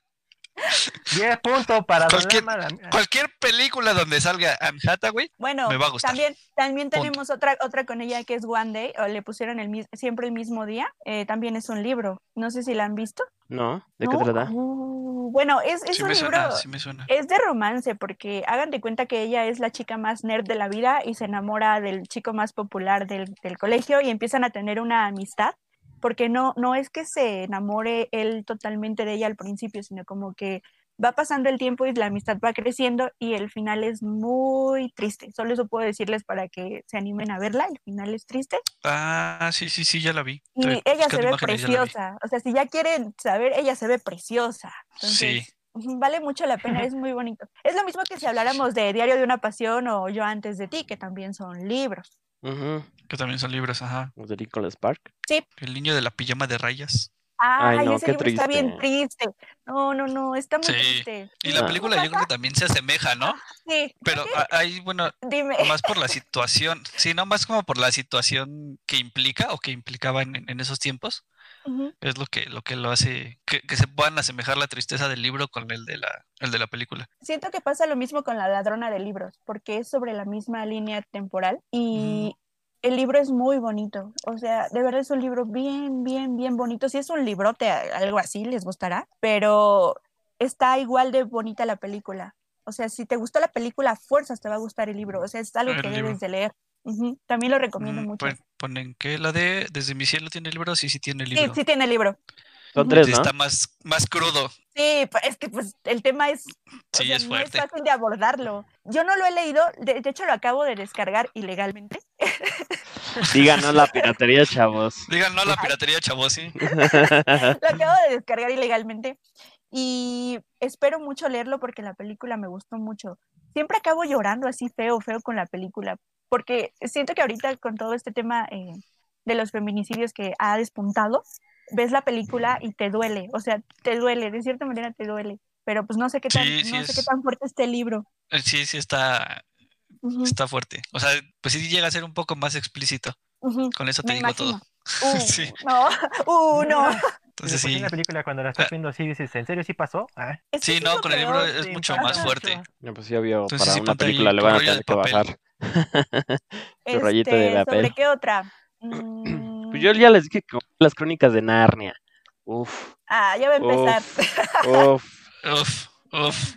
C: 10 puntos para Don
D: Cualquier-
C: Lama, la-
D: Cualquier película donde salga Anne Hathaway,
E: Bueno,
D: Me va a gustar.
E: también, también
D: Punto.
E: tenemos otra, otra con ella que es One Day, o le pusieron el, mis- siempre el mismo día. eh, también es un libro. No sé si la han visto.
B: ¿No? ¿De qué
E: ¿no?
B: trata?
E: Uh, bueno, es, es
D: sí
E: un
D: me
E: libro.
D: suena, sí me suena.
E: Es de romance, porque hagan de cuenta que ella es la chica más nerd de la vida y se enamora del chico más popular del, del colegio y empiezan a tener una amistad, porque no, no es que se enamore él totalmente de ella al principio, sino como que va pasando el tiempo y la amistad va creciendo y el final es muy triste. Solo eso puedo decirles para que se animen a verla, el final es triste.
D: Ah, sí, sí, sí, ya la vi.
E: Y
D: Estoy
E: ella se
D: buscando
E: ve
D: imágenes, ya la vi.
E: preciosa. O sea, si ya quieren saber, ella se ve preciosa. Entonces,
D: Sí.
E: ujú, Vale mucho la pena, es muy bonito. Es lo mismo que si habláramos de Diario de una Pasión o Yo antes de ti, que también son libros.
B: Ujú,
D: Que también son libros, ajá.
B: ¿De Lincoln Park?
D: El niño de la pijama de rayas.
E: Ay,
B: no,
E: ese
B: qué
E: libro está bien
B: triste.
E: triste. No, no, no, está muy
D: Sí.
E: triste.
D: Y la
B: Ah.
D: película yo creo que también se asemeja, ¿no?
E: Sí,
D: Pero a- ahí, bueno,
E: dime.
D: más por la situación. Sí, no, más como por la situación que implica o que implicaba en, en esos tiempos.
E: Ujú.
D: Es lo que lo, que lo hace que, que se puedan asemejar la tristeza del libro con el de la, el de la película.
E: Siento que pasa lo mismo con La ladrona de libros, porque es sobre la misma línea temporal y el libro es muy bonito. O sea, de verdad es un libro bien, bien, bien bonito. Si es un librote, a- algo así, les gustará, pero está igual de bonita la película. O sea, si te gustó la película, a fuerzas te va a gustar el libro. O sea, es algo
D: El
E: que
D: libro.
E: debes de leer. Ujú, También lo recomiendo
D: Mm,
E: mucho.
D: pon- ponen que la de Desde mi cielo tiene libros, sí, sí tiene
E: Sí,
D: libro.
E: sí tiene libro.
B: Son
E: Ujú.
B: tres, ¿no?
D: Sí,
B: <laughs>
D: Está más, más crudo.
E: Sí, pa- es que pues el tema es, o
D: Sí,
E: sea,
D: es
E: no es
D: fuerte.
E: fácil de abordarlo. Yo no lo he leído, de, de hecho lo acabo de descargar ilegalmente.
B: Díganos la piratería, chavos.
D: Digan, no, a la piratería, chavos, sí.
E: Lo acabo de descargar ilegalmente y espero mucho leerlo porque la película me gustó mucho. Siempre acabo llorando así feo, feo con la película, porque siento que ahorita con todo este tema eh, de los feminicidios que ha despuntado, ves la película y te duele, o sea, te duele, de cierta manera te duele, pero pues no sé qué tan,
D: Sí, sí
E: no sé qué
D: es.
E: tan fuerte esté el libro.
D: Eh, Sí, sí está,
E: Ujú,
D: está fuerte. O sea, pues sí llega a ser un poco más explícito.
E: ujú.
D: Con eso te
E: Me
D: digo todo.
E: imagino.
D: <laughs>
E: Uh,
D: Sí.
E: No, <laughs> uh,
C: <laughs>
D: <laughs>
E: no. <laughs>
D: Entonces
C: Porque
D: sí,
C: una película cuando la estás
D: Ah.
C: viendo así dices, ¿en serio sí pasó? Ah,
E: Este Es
D: Sí,
E: que eso
D: no,
E: es lo
D: con el libro
E: peor.
D: es
C: te
D: mucho
C: impacta
D: más fuerte.
C: mucho.
B: <laughs> No, pues ya vio,
D: Entonces,
B: para
D: sí,
B: una
D: ponte ahí
B: película le
D: tu
B: van a
D: rollo de
B: tener que
D: papel.
B: bajar. <laughs> Tu rayito de
E: Este,
B: papel.
E: ¿Sobre
D: <clears throat>
E: qué otra?
B: Pues yo
E: Mm,
B: ya les dije que las crónicas de Narnia. Uf,
E: <laughs> Ah, ya va a empezar.
B: uf, uf.
D: Uf, uf.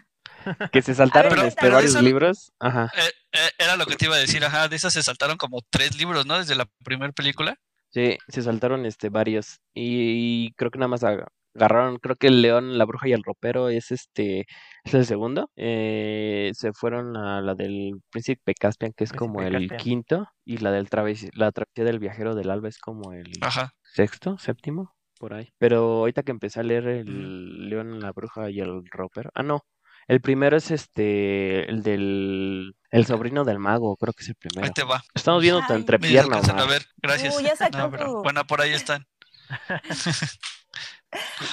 B: Que se saltaron
E: Pero-
B: este,
E: pero
B: varios
D: eso-
B: libros. Ajá,
D: Eh, eh, era lo que te iba a decir, ajá. De esas se saltaron como tres libros, ¿no? Desde la primera película.
B: sí, se saltaron este varios. Y, y creo que nada más ag- agarraron, creo que el león, la bruja y el ropero es este, es el segundo. Eh, se fueron a la del príncipe Caspian, que es
C: Príncipe
B: como el
C: Caspian.
B: quinto, y la del traves- la travesía del viajero del alba es como el
C: Ah.
D: Ajá.
B: sexto, séptimo, por ahí. Pero ahorita que empecé a leer
C: Mm.
B: el León, la Bruja y el Roper. Ah, no. El primero es este, el del, el sobrino del mago, creo que es el
D: Ahí
B: primero.
D: te va.
B: Estamos viendo
E: Ay.
B: entre
D: Me
B: piernas,
D: alcanzan a ver. Gracias.
E: Uh, ya sacó
D: No, pero
E: tu-
D: bueno, por ahí están.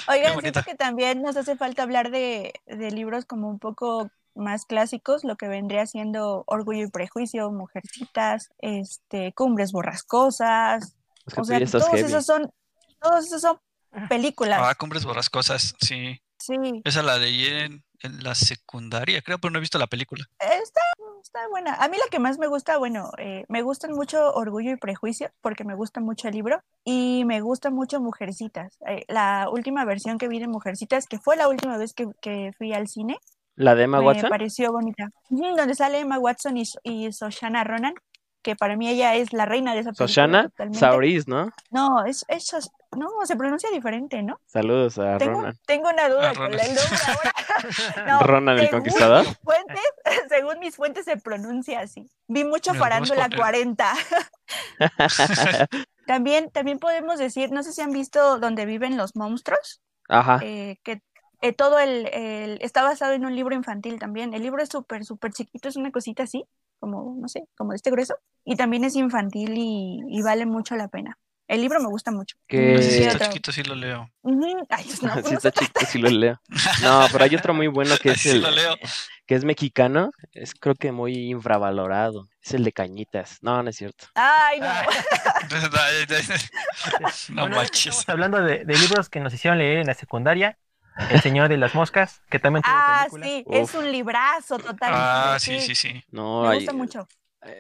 E: Oigan,
D: bonita.
E: siento que también nos hace falta hablar de, de libros como un poco más clásicos, lo que vendría siendo Orgullo y Prejuicio, Mujercitas, este, Cumbres Borrascosas.
B: Es que
E: O
B: tú
E: sea,
B: ya estás
E: todos
B: heavy.
E: esos son, todos esos son películas.
D: Ah, Cumbres Borrascosas, sí.
E: Sí.
D: Esa la leí en, en la secundaria, creo, pero no he visto la película.
E: Está, está buena. A mí la que más me gusta, bueno, eh, me gustan mucho Orgullo y Prejuicio, porque me gusta mucho el libro, y me gusta mucho Mujercitas. Eh, la última versión que vi de Mujercitas, que fue la última vez que, que fui al cine,
B: ¿La de Emma
E: me
B: Watson?
E: pareció bonita. Ujú, Donde sale Emma Watson y, So- y Soshana Ronan, que para mí ella es la reina de esa película
B: Soshana
E: totalmente.
B: Sauris, ¿no?
E: No, es, es Sos- no, se pronuncia diferente, ¿no?
B: Saludos a
E: Tengo,
B: Ronan.
E: tengo una duda
D: Ah,
E: con
D: Ronan.
E: el nombre
D: <laughs>
E: ahora. <laughs> No,
B: Ronan el
E: según
B: Conquistador.
E: mis fuentes- <laughs> según mis fuentes se pronuncia así. Vi mucho
D: Mira, nomás
E: Farándula
D: por-
E: 40. También, también podemos decir, no sé si han visto Donde viven los monstruos,
B: <laughs> Ajá.
E: eh, que eh, todo el, el- está basado en un libro infantil también. El libro es súper, súper chiquito, es una cosita así, como, no sé, como de este grueso. Y también es infantil y, y vale mucho la pena. El libro me gusta mucho.
B: Que-
E: No
D: si
E: sé si
D: está
E: Eh, otro-
D: chiquito, sí lo leo.
E: Ujú, Ay, pues no,
B: <laughs>
E: pues
B: Sí
E: no <laughs>
B: está chiquito, sí lo leo. No, pero hay otro muy bueno que es
D: <laughs> Sí
B: el
D: lo leo.
B: que es mexicano, es creo que muy infravalorado. Es el de Cañitas. No, no es cierto.
E: Ay, no.
D: No
C: Ah. Bueno,
D: manches.
C: Estamos hablando de, de libros que nos hicieron leer en la secundaria. El Señor de las Moscas, que también tuvo
E: Ah,
C: película.
E: sí,
B: Uf. eh.
E: es un librazo total.
D: Ah, sí, sí, sí.
B: No,
E: Me
B: hay-
E: gusta mucho.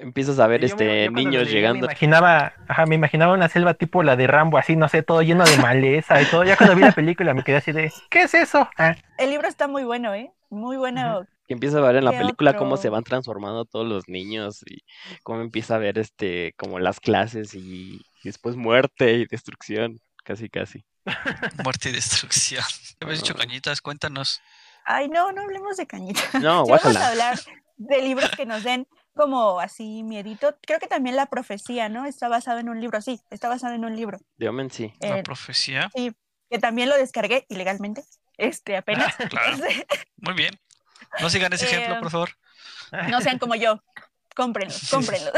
B: empiezas a ver
C: Yo me-
B: este
C: yo cuando lo
B: niños
C: leí,
B: llegando.
C: Me imaginaba, ajá, me imaginaba una selva tipo la de Rambo, así, no sé, todo lleno de maleza y todo. Ya cuando vi la película me quedé así de, ¿qué es eso? Ah,
E: <laughs> El libro está muy bueno, ¿eh? Muy bueno.
B: Que empiezas a ver en la
E: ¿Qué
B: película cómo
E: otro?
B: se van transformando todos los niños y cómo empieza a ver este como las clases y, y después muerte y destrucción, casi
E: <laughs>
B: casi.
D: Muerte y destrucción. ¿Qué habéis
B: Ah.
D: dicho, Cañitas? Cuéntanos.
E: Ay, no, no hablemos de cañita.
B: No,
E: Si vamos a
B: guácala.
E: hablar de libros que nos den como así miedito, creo que también La Profecía, ¿no? Está basado en un libro, sí, está basado en un libro.
B: Diomen sí.
D: La
E: eh, <laughs>
D: profecía.
E: que también lo descargué ilegalmente, este, apenas.
D: <laughs> Claro.
E: Este,
D: Muy bien. No sigan ese ejemplo,
E: Eh,
D: por favor.
E: no sean como yo. Cómprenlo,
D: <laughs>
E: cómprenlo.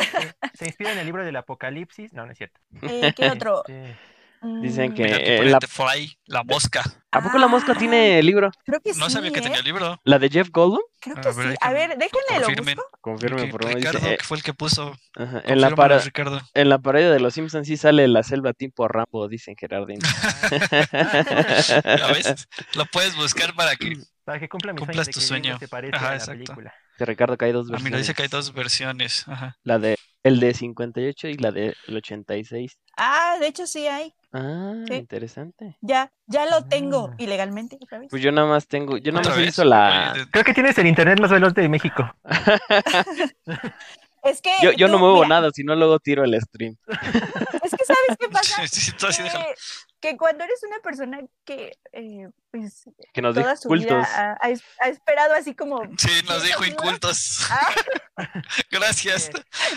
C: Se inspira en el libro del Apocalipsis. No, no es cierto.
E: Eh, ¿Qué otro?
C: Este,
B: Dicen
E: Mm,
B: que-
D: Mira,
B: eh,
D: te
B: eh,
D: ponen
B: la-
D: de Fry, la mosca.
B: ¿A poco la mosca
E: Ah,
B: tiene libro?
E: Creo que
D: No
E: sí,
D: sabía que
E: ¿eh?
D: tenía el libro.
B: ¿La de Jeff Goldblum?
E: Creo
D: A
E: que
D: ver,
E: sí.
D: hay que
E: A ver, déjenme lo
D: confirmen.
E: busco.
B: Confirme,
D: Que
B: por favor. dice,
D: Ricardo,
B: eh,
D: que fue el que puso.
B: ajá, en, la
D: Confírmalo,
B: para-
D: Ricardo.
B: en la parodia de Los Simpsons sí sale la selva tipo Rambo, dicen
D: <laughs>
B: Gerardín. <laughs>
D: ¿Ya ves? Lo puedes buscar para que.
C: para que cumpla mi
D: Cumplas
C: sueño de
D: tu
C: que el libro se parezca
D: sueño. Ajá,
C: a la
D: exacto.
C: película.
B: Que Ricardo que hay dos
D: Ah,
B: versiones.
D: mira, dice que hay dos versiones. Ajá.
B: La de el de 58 y la del 86.
E: Ah, de hecho sí hay.
B: Ah,
E: Sí.
B: interesante.
E: Ya, ya lo tengo
C: Ah.
E: ilegalmente otra vez.
B: Pues yo nada más tengo, yo nada
D: ¿Otra
B: más he
D: vez?
B: visto la
D: Oye, de-
C: Creo que tienes el internet más veloz de
D: <laughs>
C: México.
E: Es que
B: yo, yo no
E: tú,
B: muevo
E: mira,
B: nada, si no luego tiro el stream.
E: Es que
D: <laughs>
E: sabes qué pasa. Eh,
D: Sí, sí, tú así déjalo.
E: que, que cuando eres una persona que eh, pues,
B: Que nos
E: toda
B: dijo
E: su
B: cultos.
E: vida ah, ha, ha es- ha esperado así como...
D: Sí, nos
E: Sí,
D: dijo
E: ¿verdad?
D: incultos.
E: Ah.
D: <laughs>
E: Eh,
D: Gracias.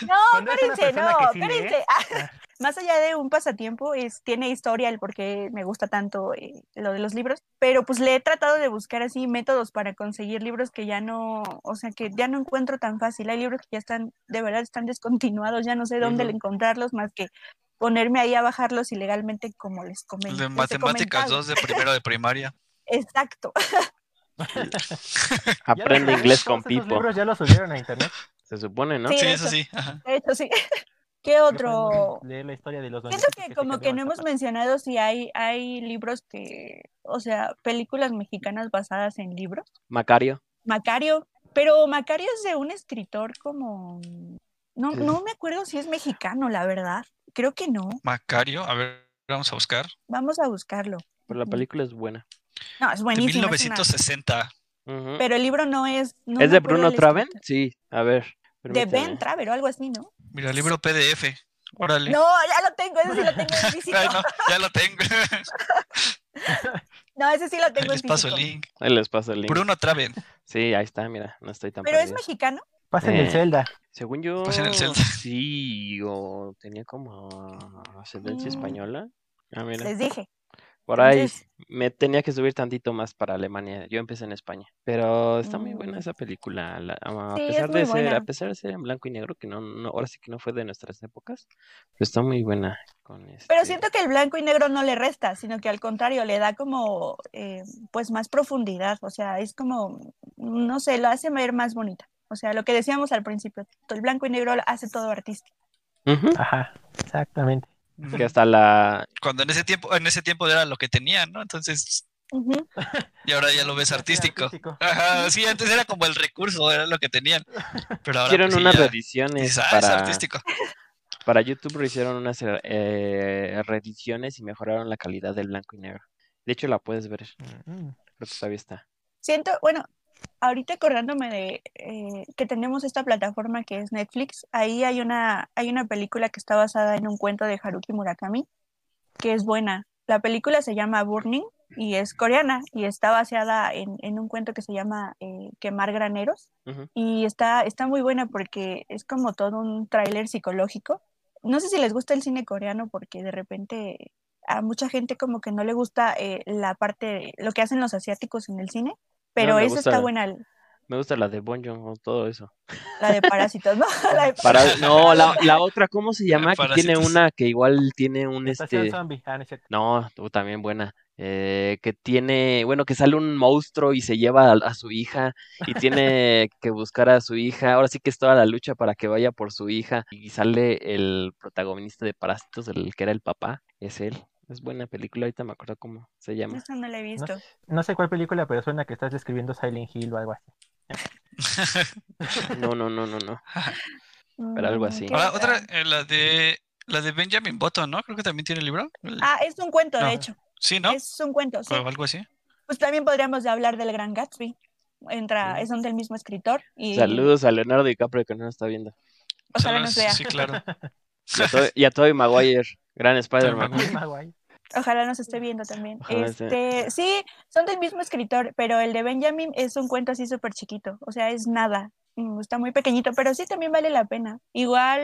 E: No,
C: <laughs> Cuando eres una
E: espérense,
C: persona
E: no,
C: que sí lee,
E: espérense. <laughs> Ah, Más allá de un pasatiempo, es, tiene historia el por qué me gusta tanto eh, lo de los libros, pero pues le he tratado de buscar así métodos para conseguir libros que ya no, o sea, que ya no encuentro tan fácil. Hay libros que ya están, de verdad, están descontinuados, ya no sé dónde
B: Ujú.
E: encontrarlos más que ponerme ahí a bajarlos ilegalmente como les comen-
D: El
E: les
D: de
E: he
D: matemáticas
E: comentado.
D: 2 de primero de primaria.
E: Exacto.
C: Ya
B: Aprende
C: los-
B: inglés con
C: todos esos
B: Pipo.
C: libros ya los subieron a internet.
B: Se supone, ¿no?
E: <laughs> Sí,
D: Sí,
E: de
D: eso
E: hecho.
D: sí. Ajá.
E: De hecho, sí. ¿Qué otro?
C: Podemos Leer la historia de los
E: Siento
C: duendecitos
E: que
C: se
E: como que
C: cambiaban
E: no hemos
C: zapatos.
E: mencionado si hay, hay libros que, o sea, películas mexicanas basadas en libros.
B: Macario.
E: Macario, pero Macario es de un escritor como... No,
B: Sí.
E: no me acuerdo si es mexicano, la verdad. Creo que no.
D: Macario, a ver, vamos a buscar.
E: Vamos a buscarlo.
B: Pero la
E: Ujú.
B: película es buena.
E: No, es
D: De
E: buenísimo. es una-
D: 1960.
B: Ujú.
E: Pero el libro no es... no
B: ¿Es
E: me
B: de
E: acuerdo
B: Bruno
E: del
B: Traven?
E: escritor.
B: Sí, a ver.
E: De Ben
B: permíteme.
E: Traver o algo así, ¿no?
D: Mira, libro PDF. Órale.
E: No, ya lo tengo, ese sí lo tengo en físico.
D: <laughs> Ay, no, ya lo tengo. <laughs>
E: No, ese sí lo
D: Ahí
E: tengo en
D: les paso el
E: físico.
D: link.
B: Ahí les paso el link.
D: Bruno Traven.
B: Sí, ahí está, mira, no estoy tan
E: Pero es
B: perdido.
E: mexicano.
C: Pasen el
B: Eh.
C: Zelda.
B: Según yo,
D: Pues en el Celta.
B: sí, o tenía como ascendencia
E: Mm.
B: española. Ah, mira.
E: Les dije.
B: Por ahí
E: Entonces,
B: me tenía que subir tantito más para Alemania. Yo empecé en España, pero está muy buena
E: Mm.
B: esa película. la- a
E: Sí, es
B: pesar
E: muy
B: de ser, a
E: buena.
B: pesar de ser en blanco y negro, que no, no, ahora sí que no fue de nuestras épocas, pero está muy buena. Con
E: Pero
B: este-
E: siento que el blanco y negro no le resta, sino que al contrario, le da como, eh, pues, más profundidad. O sea, es como, no sé, lo hace ver más bonita. O sea, lo que decíamos al principio, el blanco y negro hace todo artístico.
B: Ujú,
C: Ajá, exactamente.
B: que hasta la
D: Cuando en ese tiempo, en ese tiempo era lo que tenían, ¿no? Entonces,
E: Ujú.
D: y ahora ya lo ves
C: Sí,
D: artístico. Ajá, sí, antes era como el recurso, era lo que tenían. Pero ahora
B: hicieron
D: pues, sí,
B: unas
D: ya
B: reediciones
D: dices, ah, es
B: para,
D: artístico.
E: <laughs>
B: para YouTube, hicieron unas eh, reediciones y mejoraron la calidad del blanco y negro. De hecho, la puedes ver,
C: Mm,
B: creo que todavía está.
E: Siento, bueno, ahorita acordándome de eh, que tenemos esta plataforma que es Netflix, ahí hay una, hay una película que está basada en un cuento de Haruki Murakami, que es buena. La película se llama Burning y es coreana y está basada en, en un cuento que se llama eh, Quemar Graneros.
B: Ujú.
E: Y está, está muy buena porque es como todo un tráiler psicológico. No sé si les gusta el cine coreano porque de repente a mucha gente como que no le gusta eh, la parte, lo que hacen los asiáticos en el cine, pero
B: le
E: eso
B: gusta
E: está
B: el-
E: buena.
B: Me gusta la de Bonjoon, todo eso.
E: La de parásitos, ¿no? <laughs> La de
B: Para, no, la, la otra, ¿cómo se llama? Que tiene
D: Parásitos.
B: una que igual tiene un
C: Estación
B: este.
C: zombie. Ah, no es cierto.
B: No, tú también buena. Eh, que tiene, bueno, que sale un monstruo y se lleva a, a su hija y tiene que buscar a su hija. Ahora sí que es toda la lucha para que vaya por su hija. Y sale el protagonista de Parásitos, el que era el papá, es él. Es buena película, ahorita me acuerdo cómo se <laughs> llama.
E: Esa no la he visto.
C: No sé cuál película, pero suena que estás describiendo Silent Hill o algo
E: <laughs>
C: así.
B: No, no, no, no, no. pero algo así.
E: Mm, ¿qué
D: Ahora, otra, eh, la de la de Benjamin Button, ¿no? Creo que también tiene libro.
E: Ah, es un cuento,
D: No.
E: de hecho.
D: Sí, ¿no? Ah,
E: Es un cuento, sí.
D: O algo así.
E: Pues también podríamos hablar del Gran Gatsby. Entra, es donde el mismo escritor. Y,
B: Mm. Saludos a Leonardo DiCaprio que no nos está viendo.
E: Ojalá
D: Son las-
E: nos vea.
D: Sí,
E: <laughs>
D: claro.
B: Y a Tobey- Y a Tobey Maguire, gran Spider-Man.
D: Maguire.
C: Ah, guay.
E: Ojalá nos esté viendo también.
B: Ojalá esté.
E: este, sí, son del mismo escritor, pero el de Benjamin es un cuento así súper chiquito, o sea, es nada. Mm, Está muy pequeñito, pero sí también vale la pena. Igual.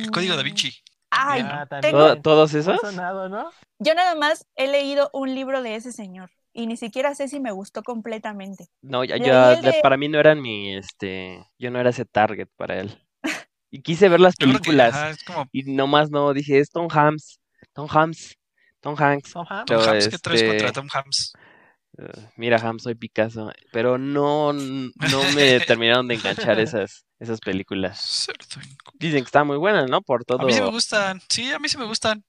D: El código da
E: mm,
D: Vinci.
E: Ay,
D: Ah,
C: también.
E: tengo-
B: ¿Todo- ¿Todos
C: Muy
B: esos?
C: sonado, ¿no?
E: yo nada más he leído un libro de ese señor y ni siquiera sé si me gustó completamente.
B: No, ya,
E: Leí
B: ya-
E: el de-
B: para mí no eran mi, este, yo no era ese target para él. Y quise ver las
D: Yo creo que,
B: películas
D: ajá, es como
B: y nomás no, dije, es Tom Hanks, Tom Hanks, Tom Hanks.
C: Tom Hanks.
D: Tom
B: Pero,
D: Hanks, ¿qué traes
B: este,
D: contra Tom Hanks?
B: Eh, mira, Ham, soy Picasso, pero no, no
D: <laughs>
B: me terminaron de enganchar esas, esas películas.
D: Cierto.
B: Dicen que está muy buena, ¿no? Por
D: A mí sí me
B: todo.
D: gustan. Sí, a mí sí me gustan.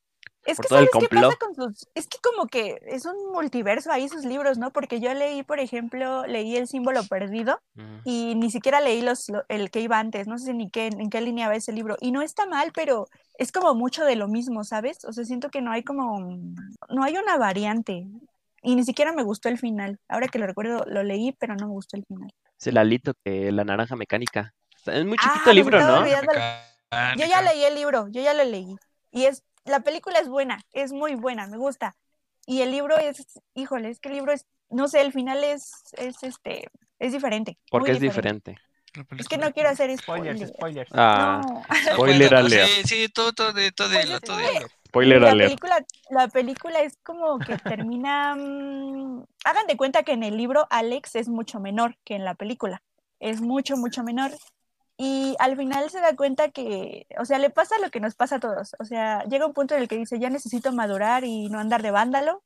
E: Es
B: Por
E: que
B: todo el
E: sabes qué pasa
B: complot.
E: con sus. Es que como que es un multiverso ahí sus libros, ¿no? Porque yo leí, por ejemplo, leí El símbolo perdido.
B: Ujú.
E: y ni siquiera leí los, lo- el que iba antes, no sé ni qué, en qué línea va ese libro. Y no está mal, pero es como mucho de lo mismo, ¿sabes? O sea, siento que no hay como, no hay una variante. Y ni siquiera me gustó el final. Ahora que lo recuerdo, lo leí, pero no me gustó el final.
B: Es el alito que la naranja mecánica. Está- Es muy chiquito
E: Ah,
B: el libro,
E: me estaba
B: ¿no?
E: olvidando.
B: Ah,
E: Yo ya
D: Mecánica.
E: leí el libro, yo ya lo leí. Y es, la película es buena, es muy buena, me gusta. Y el libro es, híjole, es que el libro es, no sé, el final es, es este, es diferente.
B: Porque
E: muy
B: es diferente.
D: La
E: Es
D: película.
E: que no quiero hacer
C: Spoilers,
E: spoiler.
C: spoilers.
B: Ah,
E: No.
B: spoiler
D: Cuéntanos.
B: alert.
D: Sí, sí, todo, todo, de- todo, de-
E: Pues,
D: todo
E: es
D: de-
E: que-
B: spoiler
E: la
B: alert.
E: película, la película es como que termina. mm, hagan de cuenta que en el libro Alex es mucho menor que en la película. Es mucho, mucho menor. Y al final se da cuenta que, o sea, le pasa lo que nos pasa a todos. O sea, llega un punto en el que dice, ya necesito madurar y no andar de vándalo.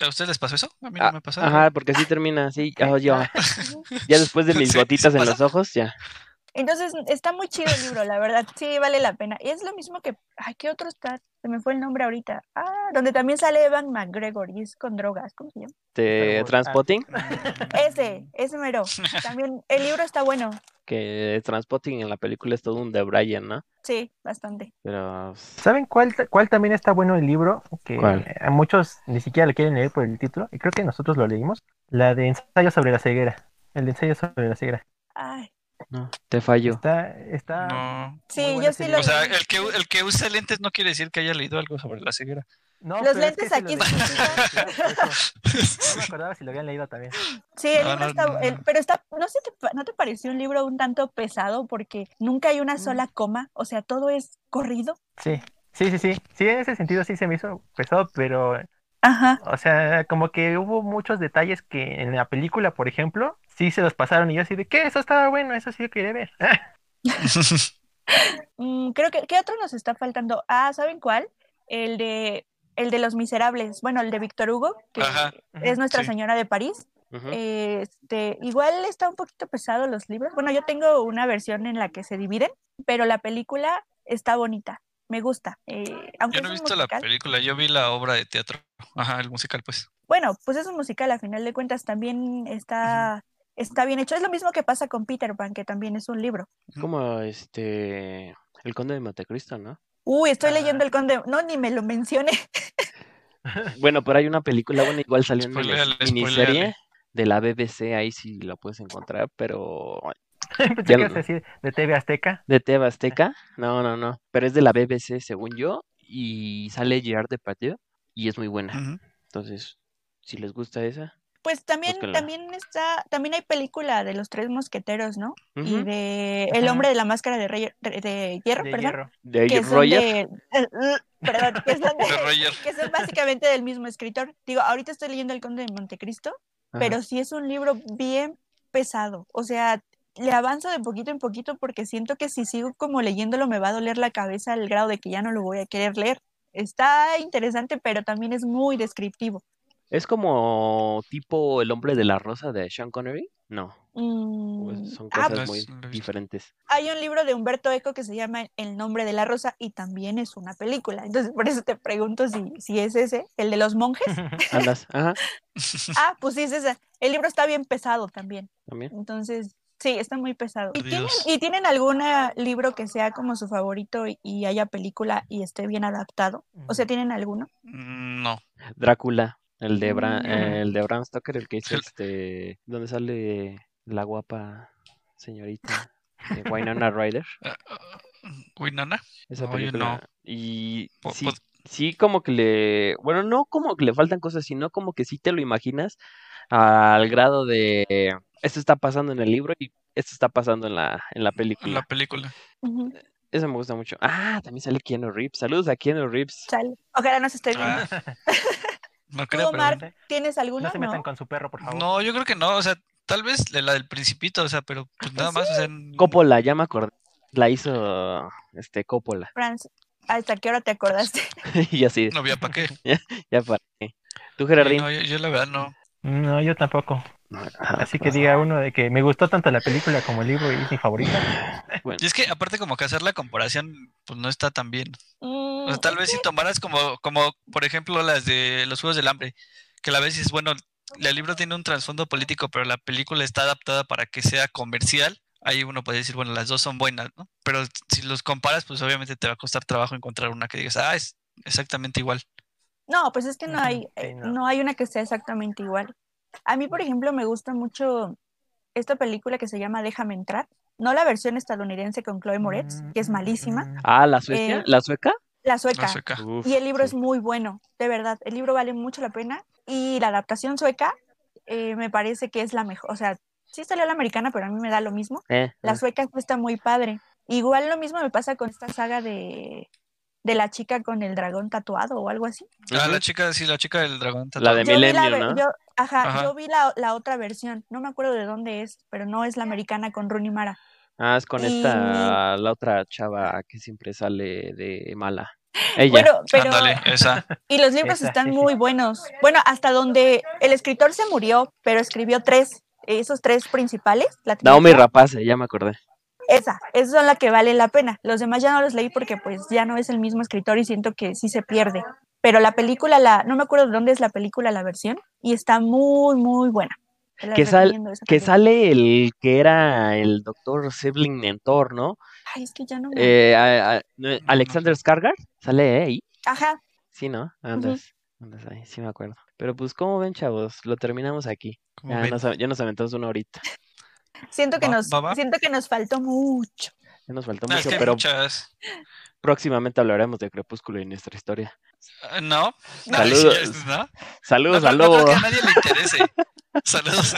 D: ¿A ustedes les pasó eso? A mí
B: Ah,
D: no me ha pasado.
B: Ajá, porque así termina,
E: <laughs>
B: así. ya- ya. Ya después de mis
D: Sí,
B: gotitas en
D: pasa.
B: los ojos, ya.
E: Entonces, está muy chido el libro, la verdad. Sí, vale la pena. Y es lo mismo que, ay, ¿qué otro está? Se me fue el nombre ahorita. Ah, donde también sale Evan McGregor y es con drogas. ¿Cómo se llama?
B: Este,
C: Star Wars.
B: Transpotting,
E: Ese, ese mero. También el libro está bueno.
B: que Transpotting en la película es todo un de Brian, ¿no?
E: Sí, bastante.
B: Pero pues,
C: ¿Saben cuál, ta- cuál también está bueno el libro? Que
B: ¿Cuál?
C: a muchos ni siquiera lo quieren leer por el título. Y creo que nosotros lo leímos. La de ensayo sobre la ceguera. El de ensayo sobre la ceguera.
E: Ay,
B: no, te falló.
C: Está, está.
D: No.
E: sí,
C: Muy
E: yo
C: buena
E: sí
C: serie.
E: lo
D: O sea,
E: leí.
D: el que, el que usa lentes no quiere decir que haya leído algo sobre la
E: <laughs>
D: ceguera.
C: No,
E: Los
C: pero es que
E: lentes
C: se lo
E: aquí
C: leí. <laughs>
E: significan-
C: No me acordaba si lo habían leído también.
E: Sí, el
D: No,
E: libro
D: Ah, no,
E: está,
D: no,
E: el-
D: no.
E: pero está, no sé, te pa- ¿no te pareció un libro un tanto pesado? Porque nunca hay
C: Mm.
E: una sola coma, o sea, todo es corrido.
C: Sí, sí, sí, sí. Sí, en ese sentido sí se me hizo pesado, pero,
E: Ajá.
C: o sea, como que hubo muchos detalles que en la película, por ejemplo, sí se los pasaron y yo así de, ¿qué? Eso estaba bueno, eso sí lo quería ver.
E: Mm, creo que, ¿qué otro nos está faltando? Ah, ¿saben cuál? El de, el de Los Miserables, bueno, el de Víctor Hugo, que
D: Ajá.
E: es Nuestra
D: Sí.
E: Señora de París.
B: Ujú.
E: Eh, Este, igual está un poquito pesado los libros. Bueno, yo tengo una versión en la que se dividen, pero la película está bonita, me gusta. Eh, aunque
D: Yo no he
E: es un
D: visto la
E: musical-
D: película, yo vi la obra de teatro. Ajá, el musical, pues.
E: Bueno, pues es un musical, a final de cuentas también está, está bien hecho. Es lo mismo que pasa con Peter Pan, que también es un libro.
B: Es como este. El Conde de Montecristo,
E: <laughs>
B: ¿no?
E: Uy, estoy
C: Ah.
E: leyendo El Conde. No, ni me lo mencioné. <laughs>
B: Bueno, pero hay una película, bueno, igual salió en
D: Spoileale,
B: miniserie
D: spoileale.
B: de la BBC, ahí sí la puedes encontrar, pero.
C: <laughs> Pensé
B: Ya
C: que
B: lo-
C: ibas a decir de TV Azteca.
B: De Teba
E: <laughs>
B: Azteca, no, no, no. Pero es de la BBC, según yo, y sale Gerard Depardieu, y es muy
E: Mm.
B: buena.
D: Ujú.
B: Entonces, si les gusta esa.
E: Pues también,
B: Búscala.
E: también está, también hay película de los tres mosqueteros, ¿no? Y
B: Ujú.
E: de El
C: Ajá.
E: hombre de la máscara de, rey- de- de hierro,
C: De
E: perdón.
C: hierro.
B: De
E: que son
B: Roger.
E: de- <laughs> perdón, que son de-
D: De Roger. <laughs>
E: que son básicamente del mismo escritor. Digo, ahorita estoy leyendo El Conde de Montecristo,
B: Ajá.
E: pero sí es un libro bien pesado. O sea, le avanzo de poquito en poquito porque siento que si sigo como leyéndolo me va a doler la cabeza al grado de que ya no lo voy a querer leer. Está interesante, pero también es muy descriptivo.
B: ¿Es como tipo El hombre de la rosa de Sean Connery? No,
E: Mm,
B: pues son
E: ah,
B: cosas
D: pues,
B: muy
D: no lo he visto.
B: diferentes.
E: hay un libro de Humberto Eco que se llama El nombre de la rosa y también es una película. Entonces, por eso te pregunto si, si es ese, el de los monjes.
C: <laughs>
B: Andas, ajá,
E: Ah, pues sí, es ese. El libro está bien pesado también.
B: también.
E: Entonces, sí, está muy pesado. ¿Y tienen,
D: Dios.
E: ¿Y tienen algún eh, libro que sea como su favorito y- y haya película y esté bien adaptado? O sea, ¿tienen alguno?
D: Mm, No.
B: Drácula, el de, Bra-
E: Mm.
B: eh, el de Bram Stoker, el que hizo
D: El-
B: este, donde sale la guapa
D: <laughs>
B: señorita de Winona Ryder,
D: Eh, eh, Winona.
B: esa
D: No, yo
B: película.
D: no.
B: Y
D: Po- pues
B: sí,
D: pod-
B: sí como que le, bueno, no como que le faltan cosas, sino como que sí te lo imaginas al grado de esto está pasando en el libro y esto está pasando en la, en la película.
D: la película.
E: Ujú,
B: Eso me gusta mucho. Ah, también sale Keanu Reeves. Saludos a Keanu Reeves.
E: Sale. Ojalá no se esté viendo.
D: Ah,
E: <laughs>
D: no
E: ¿Tú,
D: creo, pero-
E: Omar,
C: pregunta.
E: tienes alguno?
C: No se metan
E: No.
C: con su perro, por favor.
D: No, yo creo que no. O sea, tal vez la la del Principito, o sea, pero pues nada más. O sea, n-
B: Coppola, ya me acordé. La hizo este Coppola. <laughs>
E: Franz, ¿hasta qué hora te acordaste?
B: y así,
D: no había para qué.
B: ya para qué. Tú, <laughs>
D: Sí,
B: Gerardín.
D: no, yo, yo la verdad no.
C: No, yo tampoco.
B: Ah,
C: Así que diga uno de que me gustó tanto la película como el libro y es mi favorita.
B: bueno,
D: Y es que aparte como que hacer la comparación pues no está tan bien. O sea,
E: <laughs> Mm,
D: Pues tal vez si tomaras como, como por ejemplo las de los Juegos del Hambre, que la vez es bueno, el libro tiene un trasfondo político, pero la película está adaptada para que sea comercial. Ahí uno puede decir, bueno, las dos son buenas, ¿no? Pero si los comparas, pues obviamente te va a costar trabajo encontrar una que digas, ah, es exactamente igual.
E: No, pues es que no
C: Ujú,
E: hay,
C: sí,
E: eh,
C: no.
E: no hay una que sea exactamente igual. A mí, por ejemplo, me gusta mucho esta película que se llama Déjame entrar, no la versión estadounidense con Chloe Moretz,
C: Mm,
E: que es malísima,
B: Ah, la sueca.
E: Eh,
B: ¿La sueca?
E: la
D: No
E: sueca.
D: sé acá.
B: Uf,
E: Y el libro es
B: sí.
E: muy bueno, de verdad, el libro vale mucho la pena y la adaptación sueca eh, me parece que es la mejor, o sea, sí salió la americana, pero a mí me da lo mismo.
B: Eh,
E: La
B: eh.
E: sueca está muy padre. Igual lo mismo me pasa con esta saga de, de la chica con el dragón tatuado o algo así.
D: Ah,
B: Ujú.
D: la chica, sí, la chica del dragón.
B: La de
D: tatuado.
E: Yo vi la
B: Millennium,
E: ve-
B: ¿no?
E: yo- ajá,
D: Ajá.
E: yo vi la, la otra versión, no me acuerdo de dónde es, pero no es la americana con Rooney Mara.
B: Ah, es con
E: y-
B: esta, la otra chava que siempre sale de
E: <laughs>
B: mala. Ella.
E: Bueno, pero <laughs>
D: Ándale, esa.
E: y los libros
C: Esa,
E: están
C: sí, sí.
E: muy buenos. Bueno, hasta donde el escritor se murió, pero escribió tres, esos tres principales, la
B: Naomi
E: trilogía,
B: Rapace, ya me acordé.
E: esa, esas son las que vale la pena. Los demás ya no los leí porque pues ya no es el mismo escritor y siento que sí se pierde. Pero la película, la, no me acuerdo de dónde es la película, la versión, y está muy, muy buena. Te las
B: Que sal-
E: recomiendo esa
B: Que
E: película.
B: sale el que era el doctor Sibling Nentor, ¿no?
E: Ay, es que ya no me...
B: Eh, a- a- no, Alexander Skarsgård, sale eh, ahí.
E: Ajá,
B: Sí, ¿no? Andas, andas ahí, sí me acuerdo. Pero pues, ¿cómo ven, chavos? Lo terminamos aquí.
D: como
B: Ya
D: ven.
B: nos, ya nos aventamos una horita.
E: Siento que,
D: Va-
E: nos,
D: va- va.
E: siento que nos faltó mucho.
B: Ya nos faltó
D: No, Ah, es
B: mucho,
D: que hay
B: pero
D: muchas.
B: próximamente hablaremos de Crepúsculo y nuestra historia.
D: Ah, No, no,
B: Saludos.
D: sí, ¿no?
B: Saludos
D: No, <laughs>
B: al
D: no
B: lobo.
D: creo que a nadie
B: <laughs>
D: le interese. Saludos.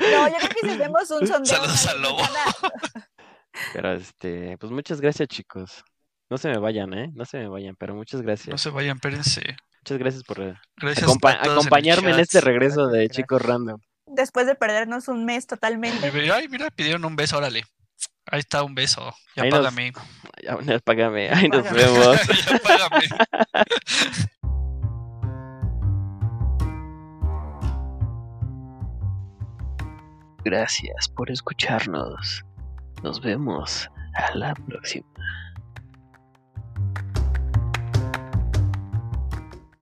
E: No, yo creo que si
D: <laughs>
E: hacemos un sondeo.
D: Saludos
E: para
D: al
E: la
D: lobo.
E: semana-
B: Pero este, pues muchas gracias, chicos. No se me vayan, ¿eh? No se me vayan, pero muchas
D: No
B: gracias.
D: se vayan, espérense.
B: Muchas gracias por eh,
D: Gracias
B: acompa-
D: a todos
B: acompañarme en,
D: el
B: este
D: chat.
B: regreso de
C: Gracias,
B: Chicos Random.
E: Después de perdernos un
D: <laughs>
E: mes totalmente.
D: Y ve- Ay, mira, pidieron un beso, órale. Ahí está un beso. Ya
B: Ahí nos-
D: págame.
B: Ya, bueno, págame. Ahí nos
E: Págame.
B: vemos.
D: <laughs> ya págame.
B: Gracias por escucharnos. Nos vemos a la próxima.